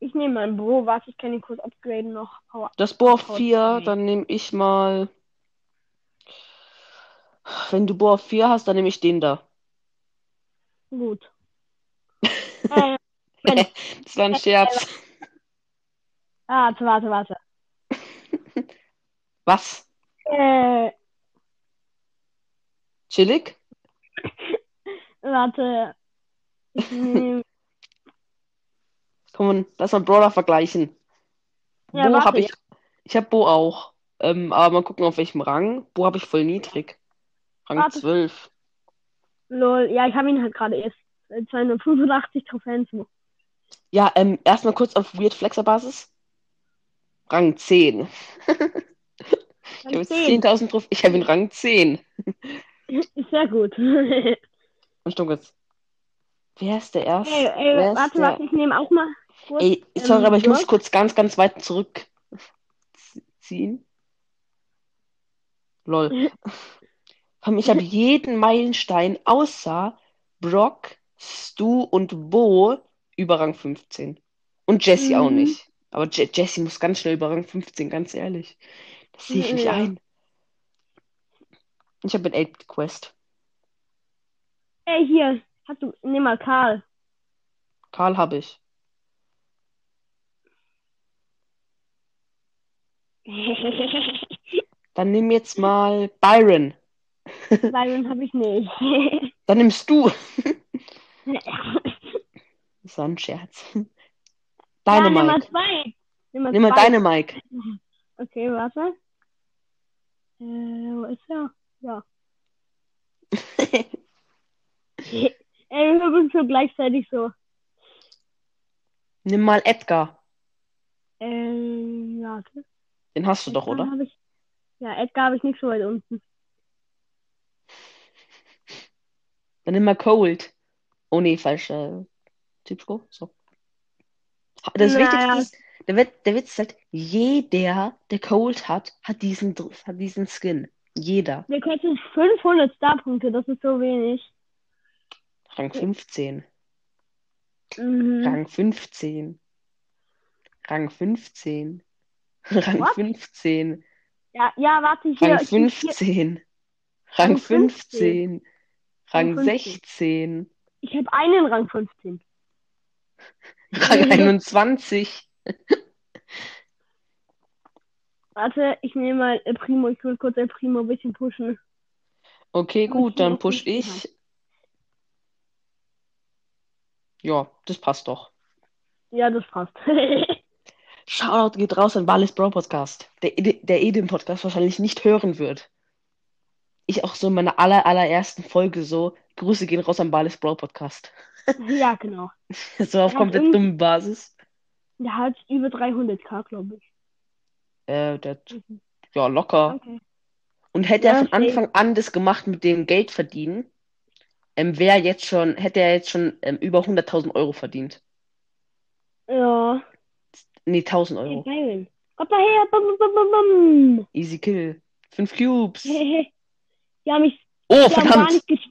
Ich nehme meinen Bro, warte, ich kann ihn kurz upgraden noch. Power.
Das Bo auf
Power
4,
zwei.
dann nehme ich mal. Wenn du Bo auf 4 hast, dann nehme ich den da. [laughs]
Gut. äh,
Das war ein Scherz.
ah, warte, warte, warte.
Was?
Äh,
Chillig?
warte.
[laughs]
Ich nehme.
Komm, lass mal Brawler vergleichen.
Ja,
Bo
warte,
habe ich. Ich habe Bo auch. Ähm, aber mal gucken, auf welchem Rang. Bo habe ich voll niedrig. Rang
Warte.
12.
Lol, ja, ich habe ihn halt gerade erst. äh, 285 Trophäen zu.
Ja, ähm, erstmal kurz auf Weird Flexer Basis. Rang 10. Ich habe jetzt 10.000 drauf. Ich habe ihn Rang 10.
Ist [laughs] sehr gut. ey,
Und stumm jetzt. Wer ist der Erste? Wer
ey,
ist
warte,
der...
warte, ich nehme auch mal kurz.
Ey, sorry,
ähm,
aber ich muss
Dirk?
kurz ganz, ganz weit zurückziehen. Lol. Komm,
[laughs]
ich habe jeden Meilenstein außer Brock, Stu und Bo über Rang 15. Und Jesse auch
Mhm.
nicht. Aber Je Jesse muss ganz schnell über Rang 15, ganz ehrlich. Das sehe ich nicht
Ja.
ein. Ich habe einen 8-Quest.
Ey, hier, hast du, nimm mal
[laughs]
Karl.
Karl habe ich.
Byron
Dann nimm jetzt
Mhm.
mal Byron.
habe ich nicht.
Dann nimmst du. Das war ein
[laughs]
Scherz. Deine
ja, nimm mal
Mike.
zwei. Nimm mal
Nimm mal
zwei.
deine Mike.
Okay, warte. Äh, wo ist er? Ja. [laughs] Ey, wir sind so gleichzeitig so.
Nimm mal Edgar.
Ähm, warte.
Den hast du doch,
Edgar
oder?
hab ich, ja, Edgar habe ich nicht so weit unten.
Dann nimm mal Cold. Oh nee, falsch. Äh, Typsko. So. Ha- Das
Naja.
Wichtigste ist, der, Wit- der Witz ist halt, jeder, der Cold hat, hat diesen, Dr- hat diesen Skin. Jeder.
Der Quest ist 500 Starpunkte, das ist so wenig.
Rang 15.
Mhm.
Rang 15. Rang 15. [laughs] Rang
What?
15.
Ja, ja, warte, hier.
Rang
ich- hier-
15.
Rang
Rang 15. Rang
Rang
16.
Ich habe einen Rang 15.
Rang 21.
Warte, ich nehme mal El Primo. Ich will kurz El Primo ein bisschen pushen.
Okay,
Und
gut,
hier
dann
noch
push
nicht
ich. Ja, das passt doch.
Ja, das passt. [laughs]
Shoutout geht raus an Wallis Bro Podcast, der, Ede- der Edem Podcast wahrscheinlich nicht hören wird. Ich auch so in meiner aller, allerersten Folge so, Grüße gehen raus an Wallis Bro Podcast. [laughs]
ja, genau.
So auf
Ja,
komplett
irgendwie-
dummen Basis.
Der hat über 300k, glaube ich.
Äh, der, ja, locker.
Okay.
Und hätte
Ja,
er von
safe.
Anfang an das gemacht mit dem Geld verdienen, ähm, wäre jetzt schon, hätte er jetzt schon ähm, über 100.000 Euro verdient.
Ja.
Nee, 1.000
Hey,
Euro.
Byron. Komm mal her. Bum, bum, bum, bum, [laughs]
Easy Kill. Fünf Cubes.
bum. Die haben mich
Oh,
die haben gar
verdammt.
nicht gesch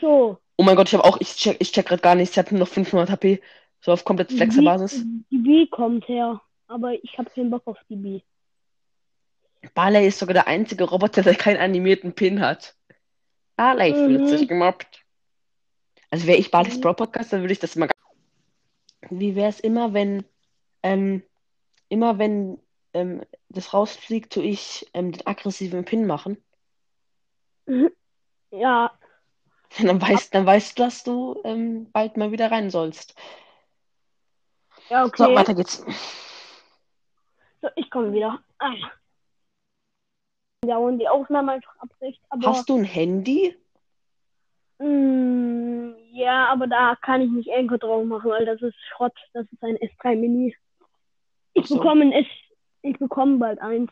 So.
Oh mein Gott, ich habe auch, ich
Mhm.
check, ich check gerade gar nichts. Ich hatte noch 500 HP. So auf komplett flexer Basis.
Die B kommt her. aber ich habe keinen Bock auf die B.
Barley ist sogar der einzige Roboter, der keinen animierten Pin hat. Barley
Mhm.
fühlt sich gemobbt. Also wäre ich Barleys
Mhm.
Brawl Podcast, dann würde ich das immer. Wie wäre es immer, wenn ähm, immer wenn ähm, das rausfliegt, tue ich ähm, den aggressiven Pin machen. [laughs]
Ja,
Dann weißt, dann weißt du, dass du ähm, bald mal wieder rein sollst.
ja,
So,
okay.
weiter geht's.
So, ich komme wieder. Ah. Ja, und die Aufnahme einfach abbricht, aber.
Hast du ein Handy?
Mm, ja, aber da kann ich nicht Anchor drauf machen, weil das ist Schrott. Das ist ein S3 Mini.
Ach
Ich
so.
bekomme ein S. Ich bekomme bald eins.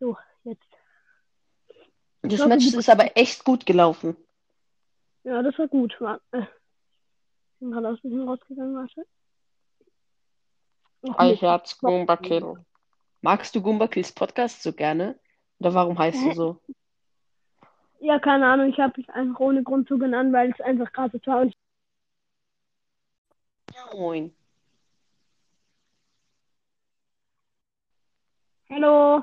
So, jetzt.
Das
glaube,
Match
die-
ist aber echt gut gelaufen.
Ja, das war gut. War, äh, ich bin gerade aus dem Ding rausgegangen, warte. Ach, Mist.
Herz Goomba Kill. Magst du Goomba Kills Podcast so gerne? Oder warum heißt du
Hä?
so?
Ja, keine Ahnung, ich habe mich einfach ohne Grund so genannt, weil es einfach gratis war und
Moin.
Hallo!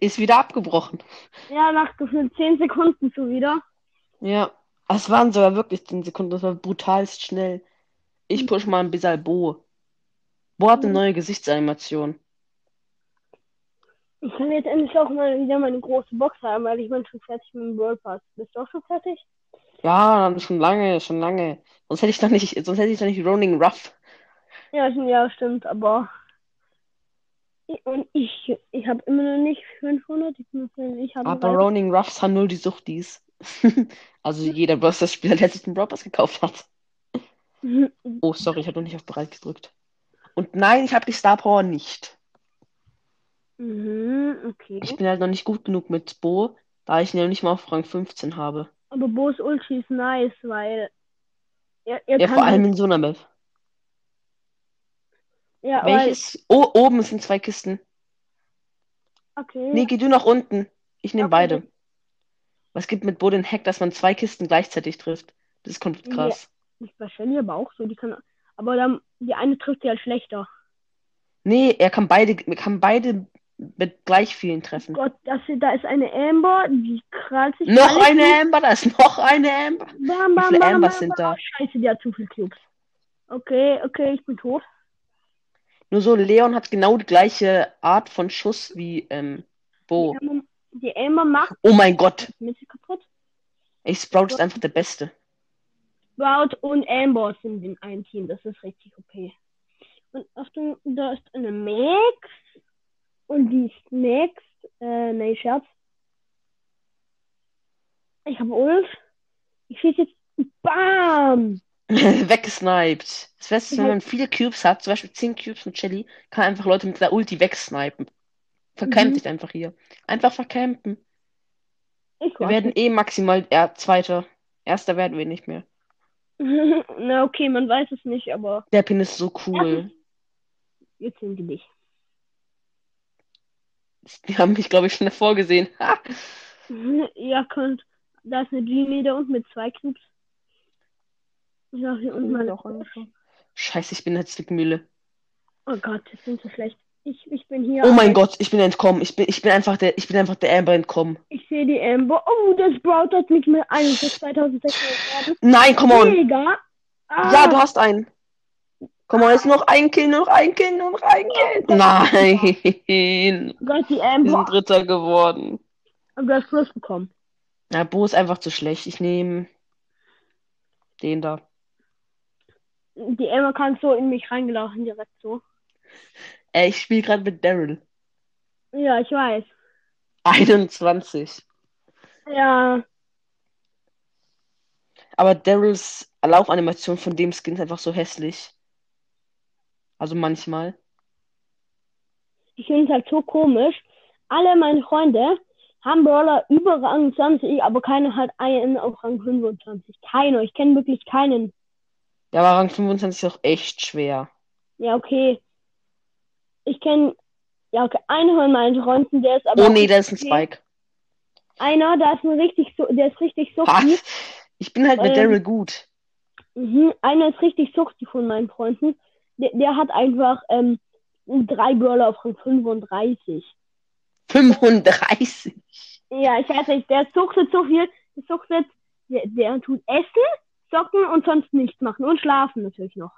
Ist wieder abgebrochen.
Ja, nach gefühlt 10 Sekunden zu wieder.
Ja. Es waren sogar wirklich 10 Sekunden. Das war brutalst schnell. Ich push mal ein bisschen Bo. Bo hat eine
Mhm.
neue Gesichtsanimation.
Ich kann jetzt endlich auch mal wieder meine große Box haben, weil ich bin schon fertig mit dem World Pass. Bist du auch schon fertig?
Ja, schon lange, schon lange. Sonst hätte ich doch nicht, sonst hätte ich doch nicht Ronin Ruff.
Ja, ist- ja, stimmt, aber. Und ich, ich habe immer noch nicht 500. Ich, muss- ich habe
Aber
noch-
Ronin Ruffs haben nur die Suchtis. [laughs] Also jeder Bros-Spieler, der sich den Brawl Pass gekauft hat. Oh, sorry, ich habe noch nicht auf bereit gedrückt. Und nein, ich habe die Star Power nicht.
[laughs] Mhm, okay.
Ich bin halt noch nicht gut genug mit Bo, da ich ihn ja nicht mal auf Rang 15 habe.
Aber Bo's Ulti ist nice, weil. Er, er
Ja,
kann halt-
vor allem in so einer Map.
Ja, weil,
Welches? Oh, oben sind zwei Kisten.
okay.
Nee, geh du nach unten. Ich nehme
Okay.
beide. Was gibt mit Bo den Hack, dass man zwei Kisten gleichzeitig trifft? Das ist komplett
Ja.
krass.
Nicht bei Shelly, aber auch so. Die kann. Aber dann, die eine trifft sie halt schlechter.
Nee, er kann beide, kann beide mit gleich vielen treffen.
Oh Gott, das, da ist eine Amber, die krallt sich.
Noch
alles
eine Amber, da ist noch eine Amber.
mit. Bam, bam,
viele
bam,
Ambers
bam, bam.
sind da?
Scheiße, die hat zu viel Cubes. Okay, okay, ich bin tot.
Nur so, Leon hat genau die gleiche Art von Schuss wie ähm, Bo.
Die Amber, die Amber macht
Oh mein Gott,
Mitte kaputt.
ey, Sprout ist einfach der Beste.
Sprout und Amber sind in einem Team. Das ist richtig okay. Und Achtung, da ist eine Max. Und die ist Max. Äh, nee, Scherz. Ich habe Ulf. Ich schieße jetzt. Bam!
[laughs] Weggesniped. Das Beste ist, wenn
Mhm.
man viele Cubes hat, zum Beispiel 10 Cubes und Shelly, kann einfach Leute mit der Ulti wegsnipen. Vercampt
Mhm.
dich einfach hier. Einfach vercampen.
Ich
Wir
war.
werden eh maximal er Zweiter. Erster werden wir nicht mehr.
[laughs] Na, okay, man weiß es nicht, aber
Der Pin ist so cool.
jetzt sind die dich.
Die haben mich, glaube ich, schon davor gesehen. [laughs] Ha!
[laughs] ja, könnt. Da ist eine Genie da unten mit zwei Cubes. Ich sag hier unten mal.
Scheiße, ich bin eine Zwickmühle.
Oh Gott, das sind so schlecht. Ich, ich bin hier.
Oh mein
aber
Gott, ich bin entkommen. Ich bin, ich bin einfach der, ich bin einfach der Amber entkommen.
Ich sehe die Amber. Oh, das Sprout hat mich mit einem für 2600 werden.
Nein, come on.
Mega. Ah,
Ja, du hast einen. Komm mal, jetzt nur noch ein Kill, nur noch ein Kill, nur noch ein Kill. Nein. [laughs]
Gott, die
Wir sind
Amber.
Dritter geworden.
Aber du hast Plus bekommen.
Na, Bo ist einfach zu schlecht. Ich nehme den da.
Die Amber kann so in mich reingelaufen, direkt so.
Äh, ich spiele gerade mit Daryl.
Ja, ich weiß.
21.
Ja,
Aber Daryls Laufanimation von dem Skin ist einfach so hässlich. Also manchmal.
ich finde es halt so komisch. Alle meine Freunde haben Brawler über Rang 20, aber keiner hat einen auf Rang 25. Keiner. Ich kenne wirklich keinen.
Ja, aber Rang 25 ist auch echt schwer.
Ja, okay. Ich kenne, ja, okay, einen von meinen Freunden, der ist aber
Oh
auch
nee, da ist ein Spike.
einer, da ist ein richtig so, der ist richtig
Ha!
suchtig.
Ich bin halt
Ähm.
mit Daryl gut.
Mhm, einer ist richtig suchtig von meinen Freunden. der, der hat einfach ähm, drei Brawler auf Rang 35.
35.
Ja, ich weiß nicht, der suchtet so viel, der suchtet, der, der tut Essen, Socken und sonst nichts machen und schlafen natürlich noch.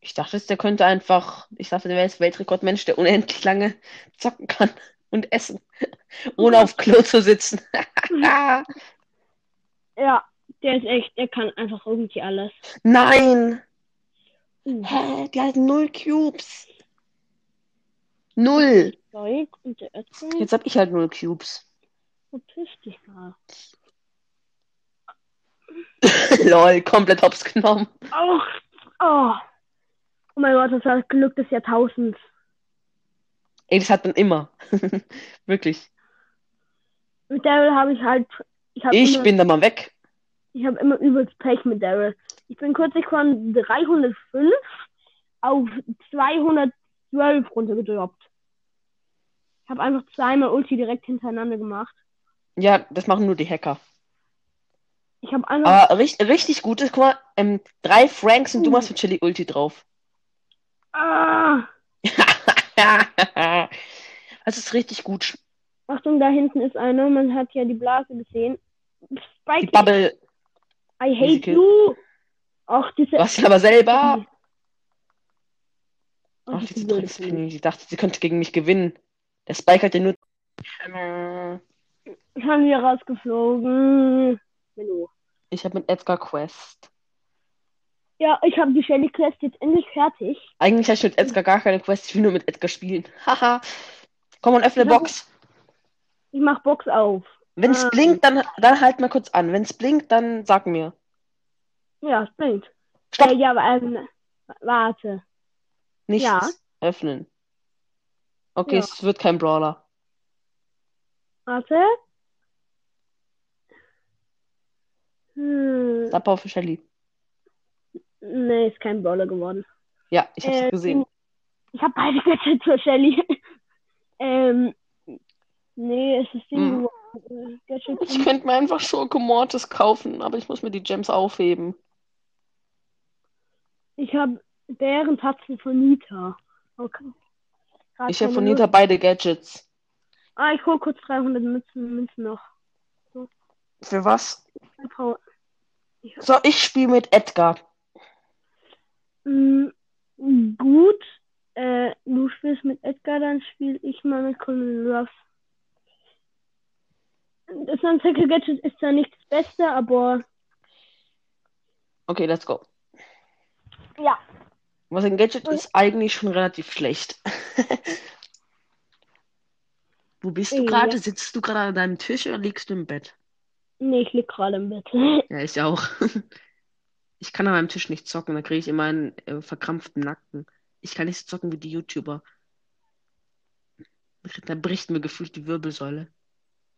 Ich dachte, jetzt, der könnte einfach, ich dachte, der wäre jetzt Weltrekordmensch, der unendlich lange zocken kann und essen, [laughs] ohne auf Klo zu sitzen. [laughs]
Ja, der ist echt, der kann einfach irgendwie alles.
Nein!
Uh,
Hä? Die hat null Cubes. Null.
Zeug und der Ätzend.
Jetzt hab ich halt null Cubes. [laughs]
Verpiss dich mal.
Lol, komplett hops genommen.
Oh, oh. oh mein Gott, das war das Glück des Jahrtausends.
Ey, das hat man immer. [laughs] Wirklich.
Mit Daryl habe ich halt. Ich, hab
Ich
immer,
bin da mal weg.
ich habe immer übelst Pech mit Daryl. Ich bin kürzlich von 305 auf 212 runtergedroppt. Ich habe einfach zweimal Ulti direkt hintereinander gemacht.
Ja, das machen nur die Hacker.
Ich habe einfach.
Aber richtig, richtig gut ist, guck mal, ähm, drei Franks und du machst mit Chili Ulti drauf. [laughs]
Ah,
das Also, ist richtig gut.
Achtung, da hinten ist einer. Man hat ja die Blase gesehen.
Die
Spike,
Bubble.
I hate
Musical.
you. Ach, diese.
Du hast ihn aber selber.
Ach,
Ach, diese
blöde
Dreckspenny. Ich dachte, sie könnte gegen mich gewinnen. Der Spike hat ja nur. Äh,
Kuh. Schon wieder rausgeflogen. Hallo.
Ich habe mit Edgar Quest.
Ja, ich habe die Shelly Quest jetzt endlich fertig.
Eigentlich habe ich mit Edgar gar keine Quest. Ich will nur mit Edgar spielen. [laughs] Haha. Komm und öffne
Ja, gut.
Box.
Ich mach Box auf.
Wenn es
Ah.
blinkt, dann, dann halt mal kurz an. Wenn es blinkt, dann sag mir.
Ja, es bringt.
Stopp.
Äh, ja, aber, ähm, warte.
Nichts.
ja.
Öffnen. Okay,
Ja.
es wird kein Brawler.
Warte. Hm,
Abbau für Shelly.
nee, ist kein Brawler geworden.
Ja, ich hab's
Ähm,
gesehen.
Ich habe beide Gadgets für Shelly. [laughs] ähm, nee, es ist Ding
Hm.
geworden. Äh, Gadget
[laughs] Ich könnte mir einfach Schurke Mortis kaufen, aber ich muss mir die Gems aufheben.
Ich habe Bärentatzen von Nita. Okay. Grad
Ich habe
keine
von
Lust.
Nita beide Gadgets.
Ah, ich hol kurz 300 Münzen, Münzen noch.
Für was?
Ich brauch-
So, ich spiele mit Edgar.
Mm, gut. Äh, du spielst mit Edgar, dann spiele ich mal mit Colin Ruff. Das Untackle Gadget ist zwar nicht das Beste, aber
Okay, let's go.
ja.
Was ein Gadget ist, eigentlich schon relativ schlecht. [laughs] Wo bist du
Ja.
gerade? Sitzt du gerade an deinem Tisch oder liegst du im Bett?
Nee, ich lieg gerade im Bett. [laughs]
Ja, ich auch. [laughs] Ich kann an meinem Tisch nicht zocken, da kriege ich immer einen äh, verkrampften Nacken. Ich kann nicht so zocken wie die YouTuber. Da bricht mir gefühlt die Wirbelsäule.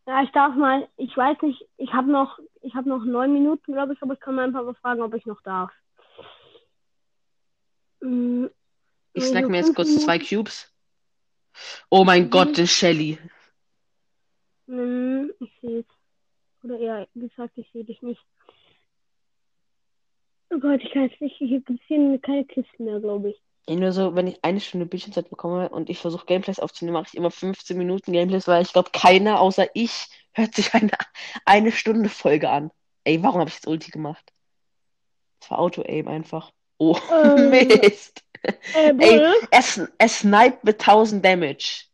ja, ich darf mal, ich weiß nicht, ich habe noch, ich habe noch neun Minuten, glaube ich, aber ich kann mal ein paar fragen, ob ich noch darf. Mm,
Ich
also
snack mir jetzt
fünf
kurz
Minuten.
zwei Cubes. Oh mein
Mhm.
Gott, eine Shelly.
Mm, ich sehe es. Oder eher gesagt, ich sehe dich nicht. Oh Gott, ich kann es nicht. Hier gibt es hier keine Kisten mehr, glaube
[laughs]
ich.
Ey, Nur so, wenn ich eine Stunde Bildschirmzeit bekomme und ich versuche Gameplays aufzunehmen, mache ich immer 15 Minuten Gameplays, weil ich glaube, keiner außer ich hört sich eine, eine Stunde Folge an. Ey, warum habe ich jetzt Ulti gemacht? Das war Auto-Aim einfach. Oh,
Ähm.
Mist.
Äh,
Ey,
Bull,
es, es sniped mit 1000 Damage.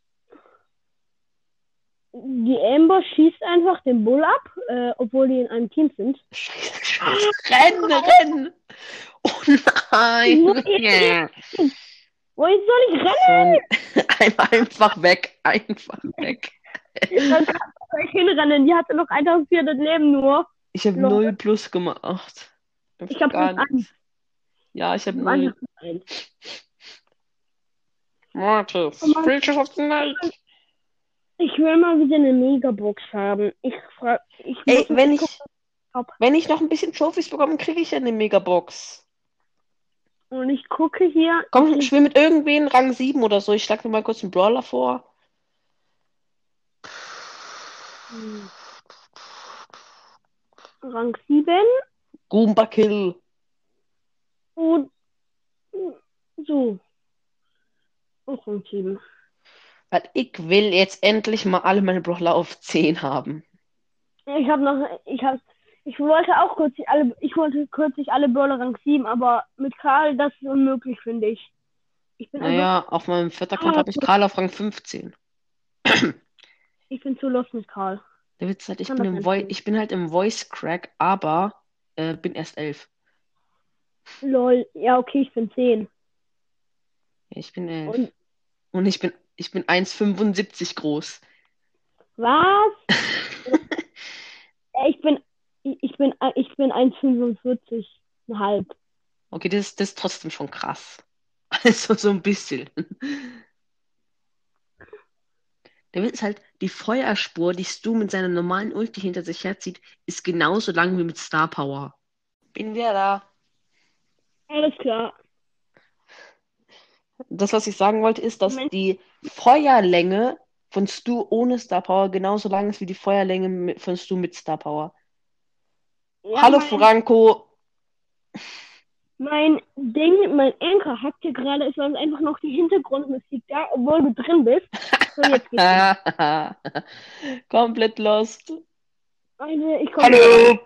die Amber schießt einfach den Bull ab, äh, obwohl die in einem Team sind.
Scheiße, Scheiße. Renn, renn. Oh nein.
Wo Oh, jetzt soll ich
[laughs] Ein- Einfach weg, einfach weg.
rennen? Dann
[laughs]
kann ich hinrennen. Die hatte noch 1400 Leben nur.
Ich habe
Lol.
0 plus gemacht.
Ich habe
gar
bloß
nichts.
eins.
Ja, ich habe
Ich hab
0.
einfach bloß eins.
Mortis,
Oh Mann.
Creatures of the Night.
Ich will mal wieder eine Megabox haben. Ich frage. Ich
Ey,
muss-
wenn ich,
Top.
wenn ich noch ein bisschen Trophies bekomme, kriege ich ja eine Megabox.
Und ich gucke hier.
Komm, ich will mit irgendwen Rang 7 oder so. Ich schlag mir mal kurz einen Brawler vor.
Hm. Rang 7.
Goomba Kill.
Und So. Im Prinzip.
Weil ich will jetzt endlich mal alle meine Brawler auf 10 haben.
Ich habe noch, ich habe, ich wollte auch kürzlich alle, ich wollte kürzlich alle Brawler Rang 7, aber mit Karl, das ist unmöglich, finde ich. Ich bin einfach,
Naja, auf meinem vierten
Also
Account
Ah,
habe ich Karl auf Rang 15.
ich bin zu lost mit Karl.
Der Witz ist halt, ich
Kann
bin,
das
im
sein?
Voi ich bin halt im Voice Crack, aber äh, bin erst 11.
Lol, ja, okay, ich bin 10.
Ja, Ich bin 11.
Und
Und ich bin, ich bin 1,75 groß.
was? Ja, Ich bin, ich ich bin, ich bin 1,45, und halb.
Okay, das, das ist trotzdem schon krass. [laughs] Also so ein bisschen. Der Witz ist halt, die Feuerspur, die Stu mit seiner normalen Ulti hinter sich herzieht, ist genauso lang wie mit Star Power. Bin wieder da.
Alles klar.
Das, was ich sagen wollte, ist, dass
Moment.
die Feuerlänge von Stu ohne Star Power genauso lang ist wie die Feuerlänge mit- von Stu mit Star Power.
Ja,
Hallo
mein,
Franco.
mein Ding, mein Anker hackt hier gerade, es war einfach noch die Hintergrundmusik da, obwohl du drin bist. So, jetzt
[laughs]
geht's.
Komplett lost.
Leute, ich komm-
Hallo!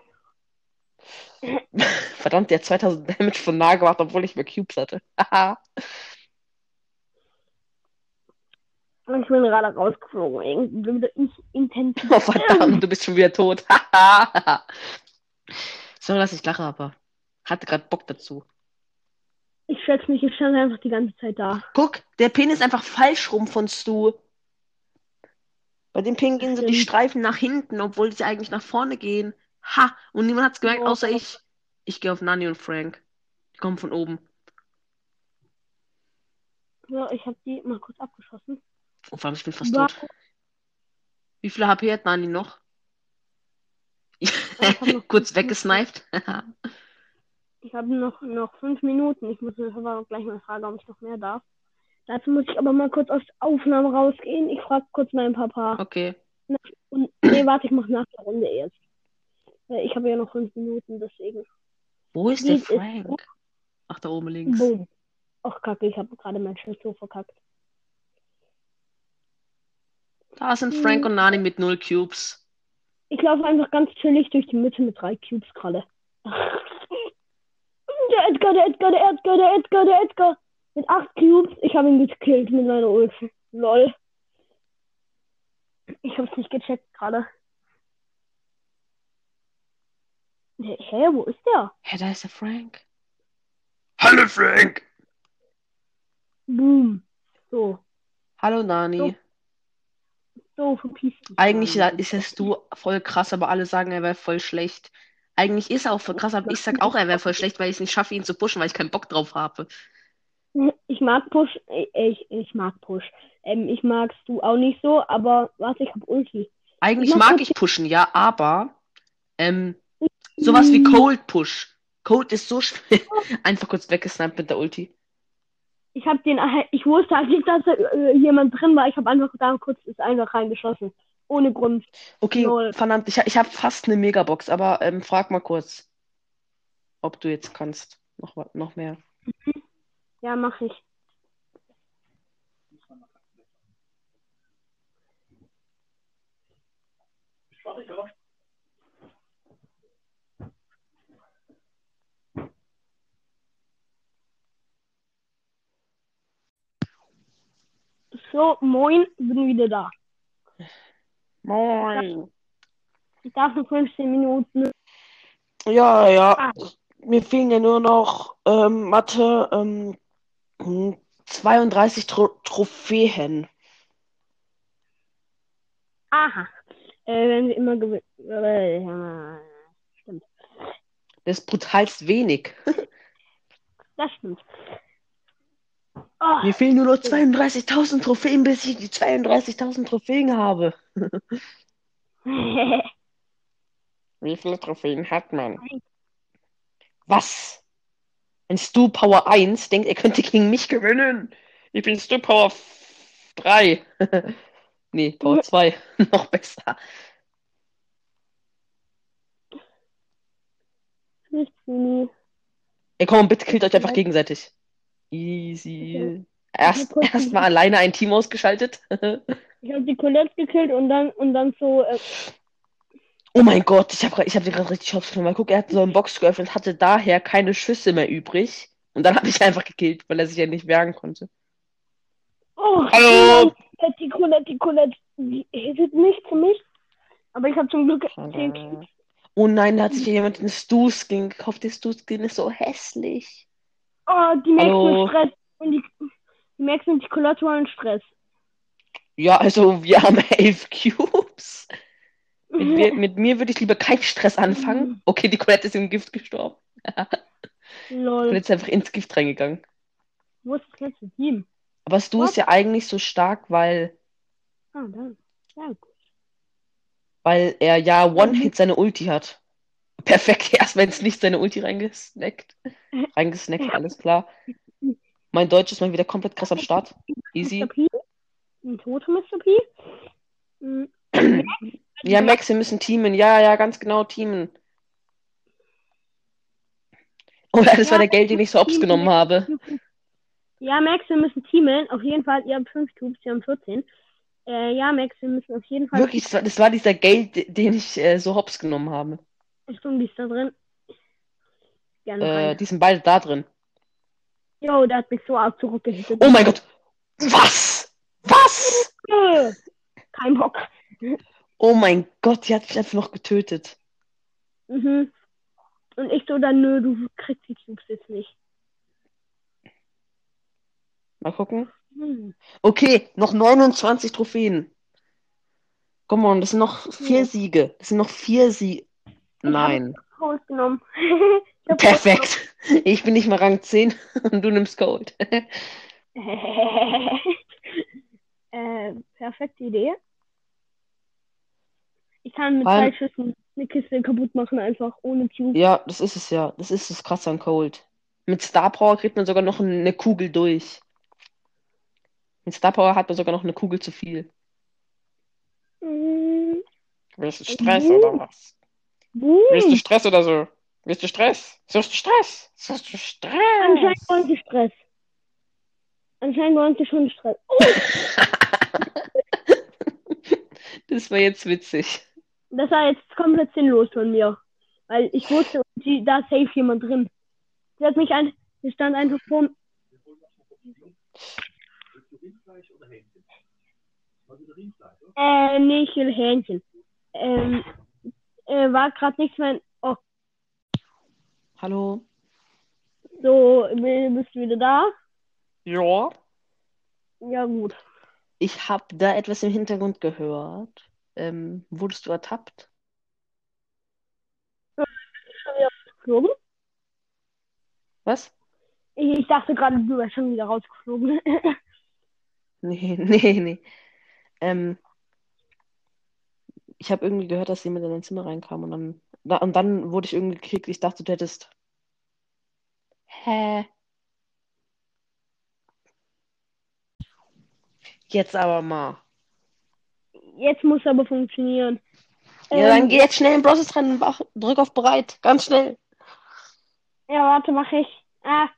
[laughs] Verdammt, der hat 2000 Damage von nah gemacht, obwohl ich mehr Cubes hatte. [laughs] Haha.
Ich bin gerade rausgeflogen. Irgendwie wieder ich intensiv.
oh, verdammt, du bist schon wieder tot. [laughs] Haha. Sorry, dass ich lache, aber hatte gerade Bock dazu.
Ich schätze mich, ich stand einfach die ganze Zeit da.
Guck, der Pin ist einfach falsch rum von Stu. Bei dem Pin gehen so die
Stimmt.
Streifen nach hinten, obwohl sie eigentlich nach vorne gehen. Ha! Und niemand hat's gemerkt,
Oh.
außer ich. Ich gehe auf Nani und Frank. Die kommen von oben.
So, ich habe die mal kurz abgeschossen.
Oh, vor allem, ich bin fast
Wow.
tot. Wie viele HP hat Nani noch?
Ich hab noch-
[laughs] Kurz weggesniped.
Ich habe noch, noch fünf Minuten. Ich muss mir aber gleich mal fragen, ob ich noch mehr darf. Dazu muss ich aber mal kurz aus der Aufnahme rausgehen. Ich frage kurz meinen Papa.
okay.
Und nee, warte, ich mach nach der Runde erst. Weil Ich habe ja noch fünf Minuten, deswegen.
Wo ist
Wie
der
ist es?
Frank? Ach, da oben links.
Boom. Och, kacke, ich habe gerade mein Schild so verkackt.
Da sind Frank und Nani mit null Cubes.
Ich laufe einfach ganz chillig durch die Mitte mit drei Cubes gerade. [laughs] Der Edgar, der Edgar, der Edgar, der Edgar, der Edgar. Mit acht Cubes. Ich habe ihn gekillt mit meiner Ult. Lol. Ich habe es nicht gecheckt gerade. Hä, hey, wo ist der?
Hä, da ist der Frank. Hallo Frank!
Boom. So,
Hallo Nani.
So. so verpiss dich.
Eigentlich
Mann.
ist es du voll krass, aber alle sagen, er wäre voll schlecht. Eigentlich ist er auch voll krass, aber ich sag auch, er wäre voll schlecht, weil ich es nicht schaffe, ihn zu pushen, weil ich keinen Bock drauf habe.
Ich mag Push. äh, Ich, ich mag Push. Ähm, ich magst du auch nicht so, aber warte, ich habe Ulti.
Eigentlich
Ich mach
mag
kurz-
ich pushen, ja, aber ähm, sowas
Hm.
wie Cold Push. Cold ist so schwer. [laughs] Einfach kurz weggesniped mit der Ulti.
Ich habe den, [laughs] ich wusste halt nicht, dass da äh, jemand drin war. Ich habe einfach da kurz ist einfach reingeschossen. Ohne Grund.
Okay,
Lol.
verdammt, ich, ha- ich habe fast eine Megabox, aber ähm, frag mal kurz, ob du jetzt kannst. Noch, wa- noch mehr.
Ja, mache ich. So, moin, bin wieder da.
Moin.
Ich darf nur 15 Minuten.
Ja, ja.
Ah.
Mir fehlen ja nur noch ähm, Mathe, ähm, hm, 32 Tro Trophäen.
Aha. Äh, wenn wir immer gewinnen. Äh, stimmt.
Das ist brutalst wenig.
Das stimmt. Oh, [laughs]
Mir fehlen nur noch 32.000 Trophäen, bis ich die 32.000 Trophäen habe. Wie viele Trophäen hat man? Was? Ein Stu Power 1 denkt, er könnte gegen mich gewinnen. Ich bin Stu Power f- 3. [laughs] nee, Power 2. [laughs] Noch besser.
nicht Juni.
Ey, komm, bitte killt euch einfach gegenseitig. Easy.
Ich
Erst,
hab kurz
erst mal alleine ein Team ausgeschaltet. [laughs]
Ich habe die Colette gekillt und dann und dann so äh,
Oh mein Gott, ich habe ich hab dir gerade richtig Hops genommen. Mal guck, er hat so eine Box geöffnet, hatte daher keine Schüsse mehr übrig. Und dann habe ich einfach gekillt, weil er sich ja nicht wehren konnte.
oh
Hallo!
Colette, die Colette, die Colette, die hittet nicht für mich. Aber ich habe zum Glück 10 Kills.
Oh nein, da hat sich ja jemand einen Stu-Skin gekauft. Der Stu-Skin ist so hässlich.
Oh, die Max
Hallo.
und Stress und die, die Max und die Colette wollen Stress.
Ja, also wir haben [laughs] elf Cubes. Mit
[laughs]
mir, mit mir würde ich lieber keinen Stress anfangen. Okay, die Colette ist im Gift gestorben.
Lol.
Colette ist einfach ins Gift reingegangen.
Wo ist das letzte Team?
Aber Stu ist ja eigentlich so stark, weil,
Ah, da. Ja, gut.
weil er ja One-Hit seine Ulti hat. [laughs] Perfekt, erst wenn es nicht seine Ulti reingesnackt. Reingesnackt, alles klar. Mein Deutsch ist mal wieder komplett krass am Start. Easy.
Mr. P. Ein toter Mr. P. Hm,
Ja, Max, wir müssen teamen. Ja, ja, ganz genau teamen. Oh, ja, das war der Geld, den ich so ops genommen habe.
Ja, Max, wir müssen teamen. Auf jeden Fall, ihr habt 5 Tubes, wir haben 14. Äh, ja, Max, wir müssen auf jeden Fall.
Wirklich, das war, das war dieser Geld, den ich äh, so hops genommen habe.
Achtung, die ist da drin. Gerne
Äh,
rein.
die sind beide da drin.
Jo, der hat mich so arg zurückgehittet.
Oh mein Gott. Was? Was?
Äh, Kein Bock.
Oh mein Gott, die hat mich einfach noch getötet.
Mhm. Und ich so, dann nö, du kriegst die Cubes jetzt nicht.
Mal gucken.
Hm.
Okay, noch 29 Trophäen. Come on, das sind noch vier Siege. Das sind noch vier Siege. Nein.
Cold genommen. [laughs] Ich hab
Perfekt. [laughs] Ich bin nicht mal Rang 10 [laughs] und du nimmst Gold.
[laughs]
[laughs]
Cold genommen. äh, perfekte Idee. Ich kann mit
Vor allem-
zwei Schüssen eine Kiste kaputt machen, einfach ohne Cube.
Ja, das ist es ja. Das ist das Krasse an Cold. Mit Star Power kriegt man sogar noch eine Kugel durch. Mit Star Power hat man sogar noch eine Kugel zu viel.
Mhm.
Willst du
Stress oder
was?
Boom.
Stress oder so? Willst du Stress? Suchst du Stress? Suchst du Stress?
Anscheinend wollen sie Stress. Anscheinend wollen sie schon Stress.
Das war jetzt witzig.
Das war jetzt komplett sinnlos von mir. Weil ich wusste, die, da ist safe jemand drin. Sie hat mich ein, sie stand einfach vor Äh, nee, ich will Hähnchen. Ähm, äh, war gerade nichts mehr. Oh,
Hallo?
so, bi- bist du wieder da?
Ja?
Ja, gut.
Ich habe da etwas im Hintergrund gehört. Ähm, wurdest du ertappt?
Geflogen?
Was? [laughs]
Ich, ich dachte gerade, du wärst schon wieder rausgeflogen. [laughs]
Nee, nee, nee. Ähm, ich habe irgendwie gehört, dass jemand in dein Zimmer reinkam und dann, da, und dann wurde ich irgendwie gekickt. Ich dachte, du hättest. Hä? Jetzt aber mal.
Jetzt muss aber funktionieren.
Ja, dann
Ähm,
geh jetzt schnell in den Browser rein und mach, drück auf bereit. Ganz schnell.
Ja, warte, mache ich. Ah,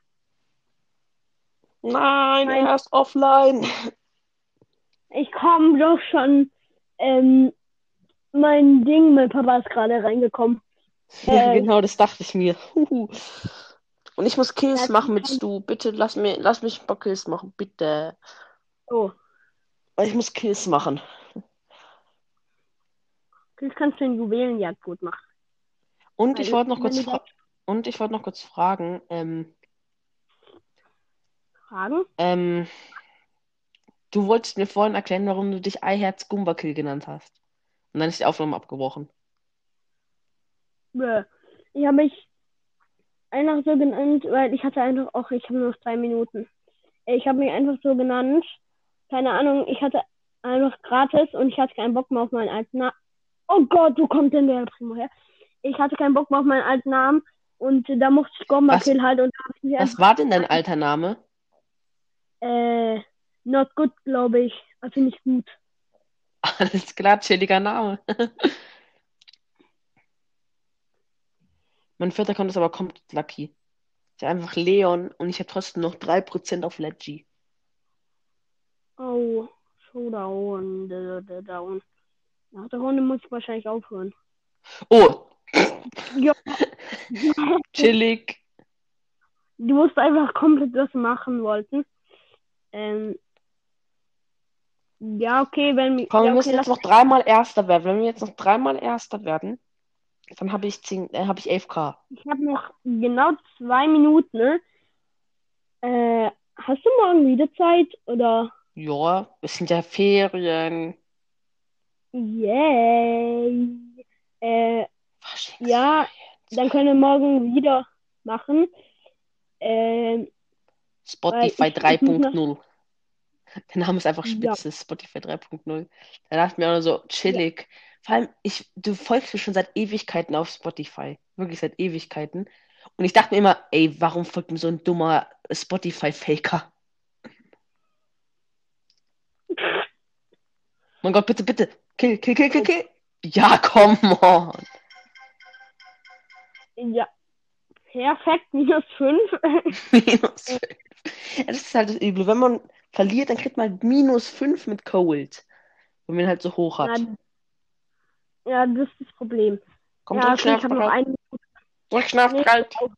Nein,
Nein.
er ist offline.
ich komme doch schon. Ähm, mein Ding, mein Papa ist gerade reingekommen.
Ja,
Äh,
genau, das dachte ich mir. Huhu. Und ich muss Kills
Ja,
machen mit
kann-
Stu. Bitte lass mir, lass mich ein paar Kills machen, bitte.
Oh,
Ich muss Kills machen.
das kannst du in Juwelenjagd gut machen.
Und ich
Weil
wollte noch kurz
meine
fra- und ich wollte noch kurz fragen, ähm,
Fragen?
ähm, du wolltest mir vorhin erklären, warum du dich Eiherz Gumbakill genannt hast. Und dann ist die Aufnahme abgebrochen.
Bäh. Ich habe mich einfach so genannt, weil ich hatte einfach auch, ich habe nur noch zwei Minuten. Ich habe mich einfach so genannt. Keine Ahnung, ich hatte einfach gratis und ich hatte keinen Bock mehr auf meinen alten Namen. Oh Gott, wo kommt denn der Primo her? Ich hatte keinen Bock mehr auf meinen alten Namen und da musste ich Gomba
Was-
Kill halt und da habe ich mich
Was war denn dein alter Name?
einfach, äh, not good, glaube ich. Also nicht gut.
[laughs] Alles klar, chilliger Name. [laughs] Mein vierter kommt ist aber komplett lucky. Ich Ja, einfach Leon und ich habe trotzdem noch 3% auf Leggy.
Oh, Showdown, da, da, down. Nach der Runde muss ich wahrscheinlich aufhören.
Oh,
Ja,
chillig.
du musst einfach komplett was machen wollten. Ähm, ja, okay, wenn
Komm,
ja,
wir müssen
okay,
jetzt noch dreimal Erster werden. Wenn wir jetzt noch dreimal Erster werden, dann habe ich 10, äh, habe ich 11k.
Ich habe noch genau zwei Minuten. Ne? Äh, hast du morgen wieder Zeit? Oder?
Ja, es sind ja Ferien.
Yay! Äh,
Faschings-
ja, dann können wir morgen wieder machen. Ähm,
Spotify
weil ich- ich muss noch-
3.0. Der Name ist einfach
Ja.
spitze, Spotify 3.0. Da dachte ich mir auch nur so, chillig. Vor allem, ich, du folgst mir schon seit Ewigkeiten auf Spotify. Wirklich seit Ewigkeiten. Und ich dachte mir immer, ey, warum folgt mir so ein dummer
[laughs]
Spotify-Faker? Mein Gott, bitte, bitte. Kill, kill, kill, kill, kill. Ja, come on.
ja, perfekt, minus fünf.
[laughs] Minus 5. Das ist halt das Üble. Wenn man verliert, dann kriegt man halt minus 5 mit Cold. Wenn man ihn halt so hoch
[laughs]
hat.
Ja, das ist das Problem.
Komm,
ja,
drück
okay,
schnell
ich
auf
habe noch
Knopf.
einen.
Drück schnell auf
Nee.
Knopf.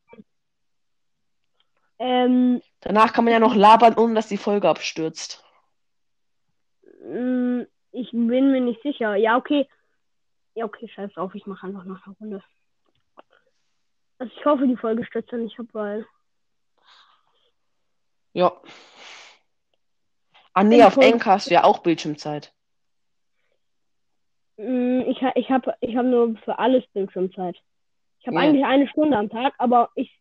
Ähm,
Danach kann man ja noch labern, ohne dass die Folge abstürzt.
mm, ich bin mir nicht sicher. Ja, okay. Ja, okay, scheiß drauf, ich mache einfach noch eine Runde. Also ich hoffe, die Folge stürzt dann nicht ab, weil.
Ja. Ah nee, auf
Cold-
Enka hast du ja auch Bildschirmzeit.
Mm, ich ha- ich habe ich hab nur für alles Bildschirmzeit. Ich habe
Ja.
eigentlich eine Stunde am Tag, aber ich,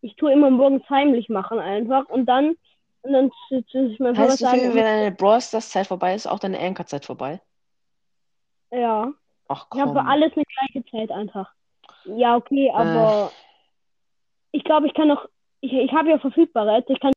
ich tue immer morgens heimlich machen einfach und dann und dann zu- zu- ich mein Vater
Heißt du,
sagen,
wenn deine Brawl Stars Zeit vorbei ist, auch deine Anker Zeit vorbei?
ja,
Ach
ich habe
komm.
für alles eine gleiche Zeit einfach.
Äh.
Ja, okay, aber ich glaube, ich kann noch ich, ich habe ja verfügbare, Ads, ich kann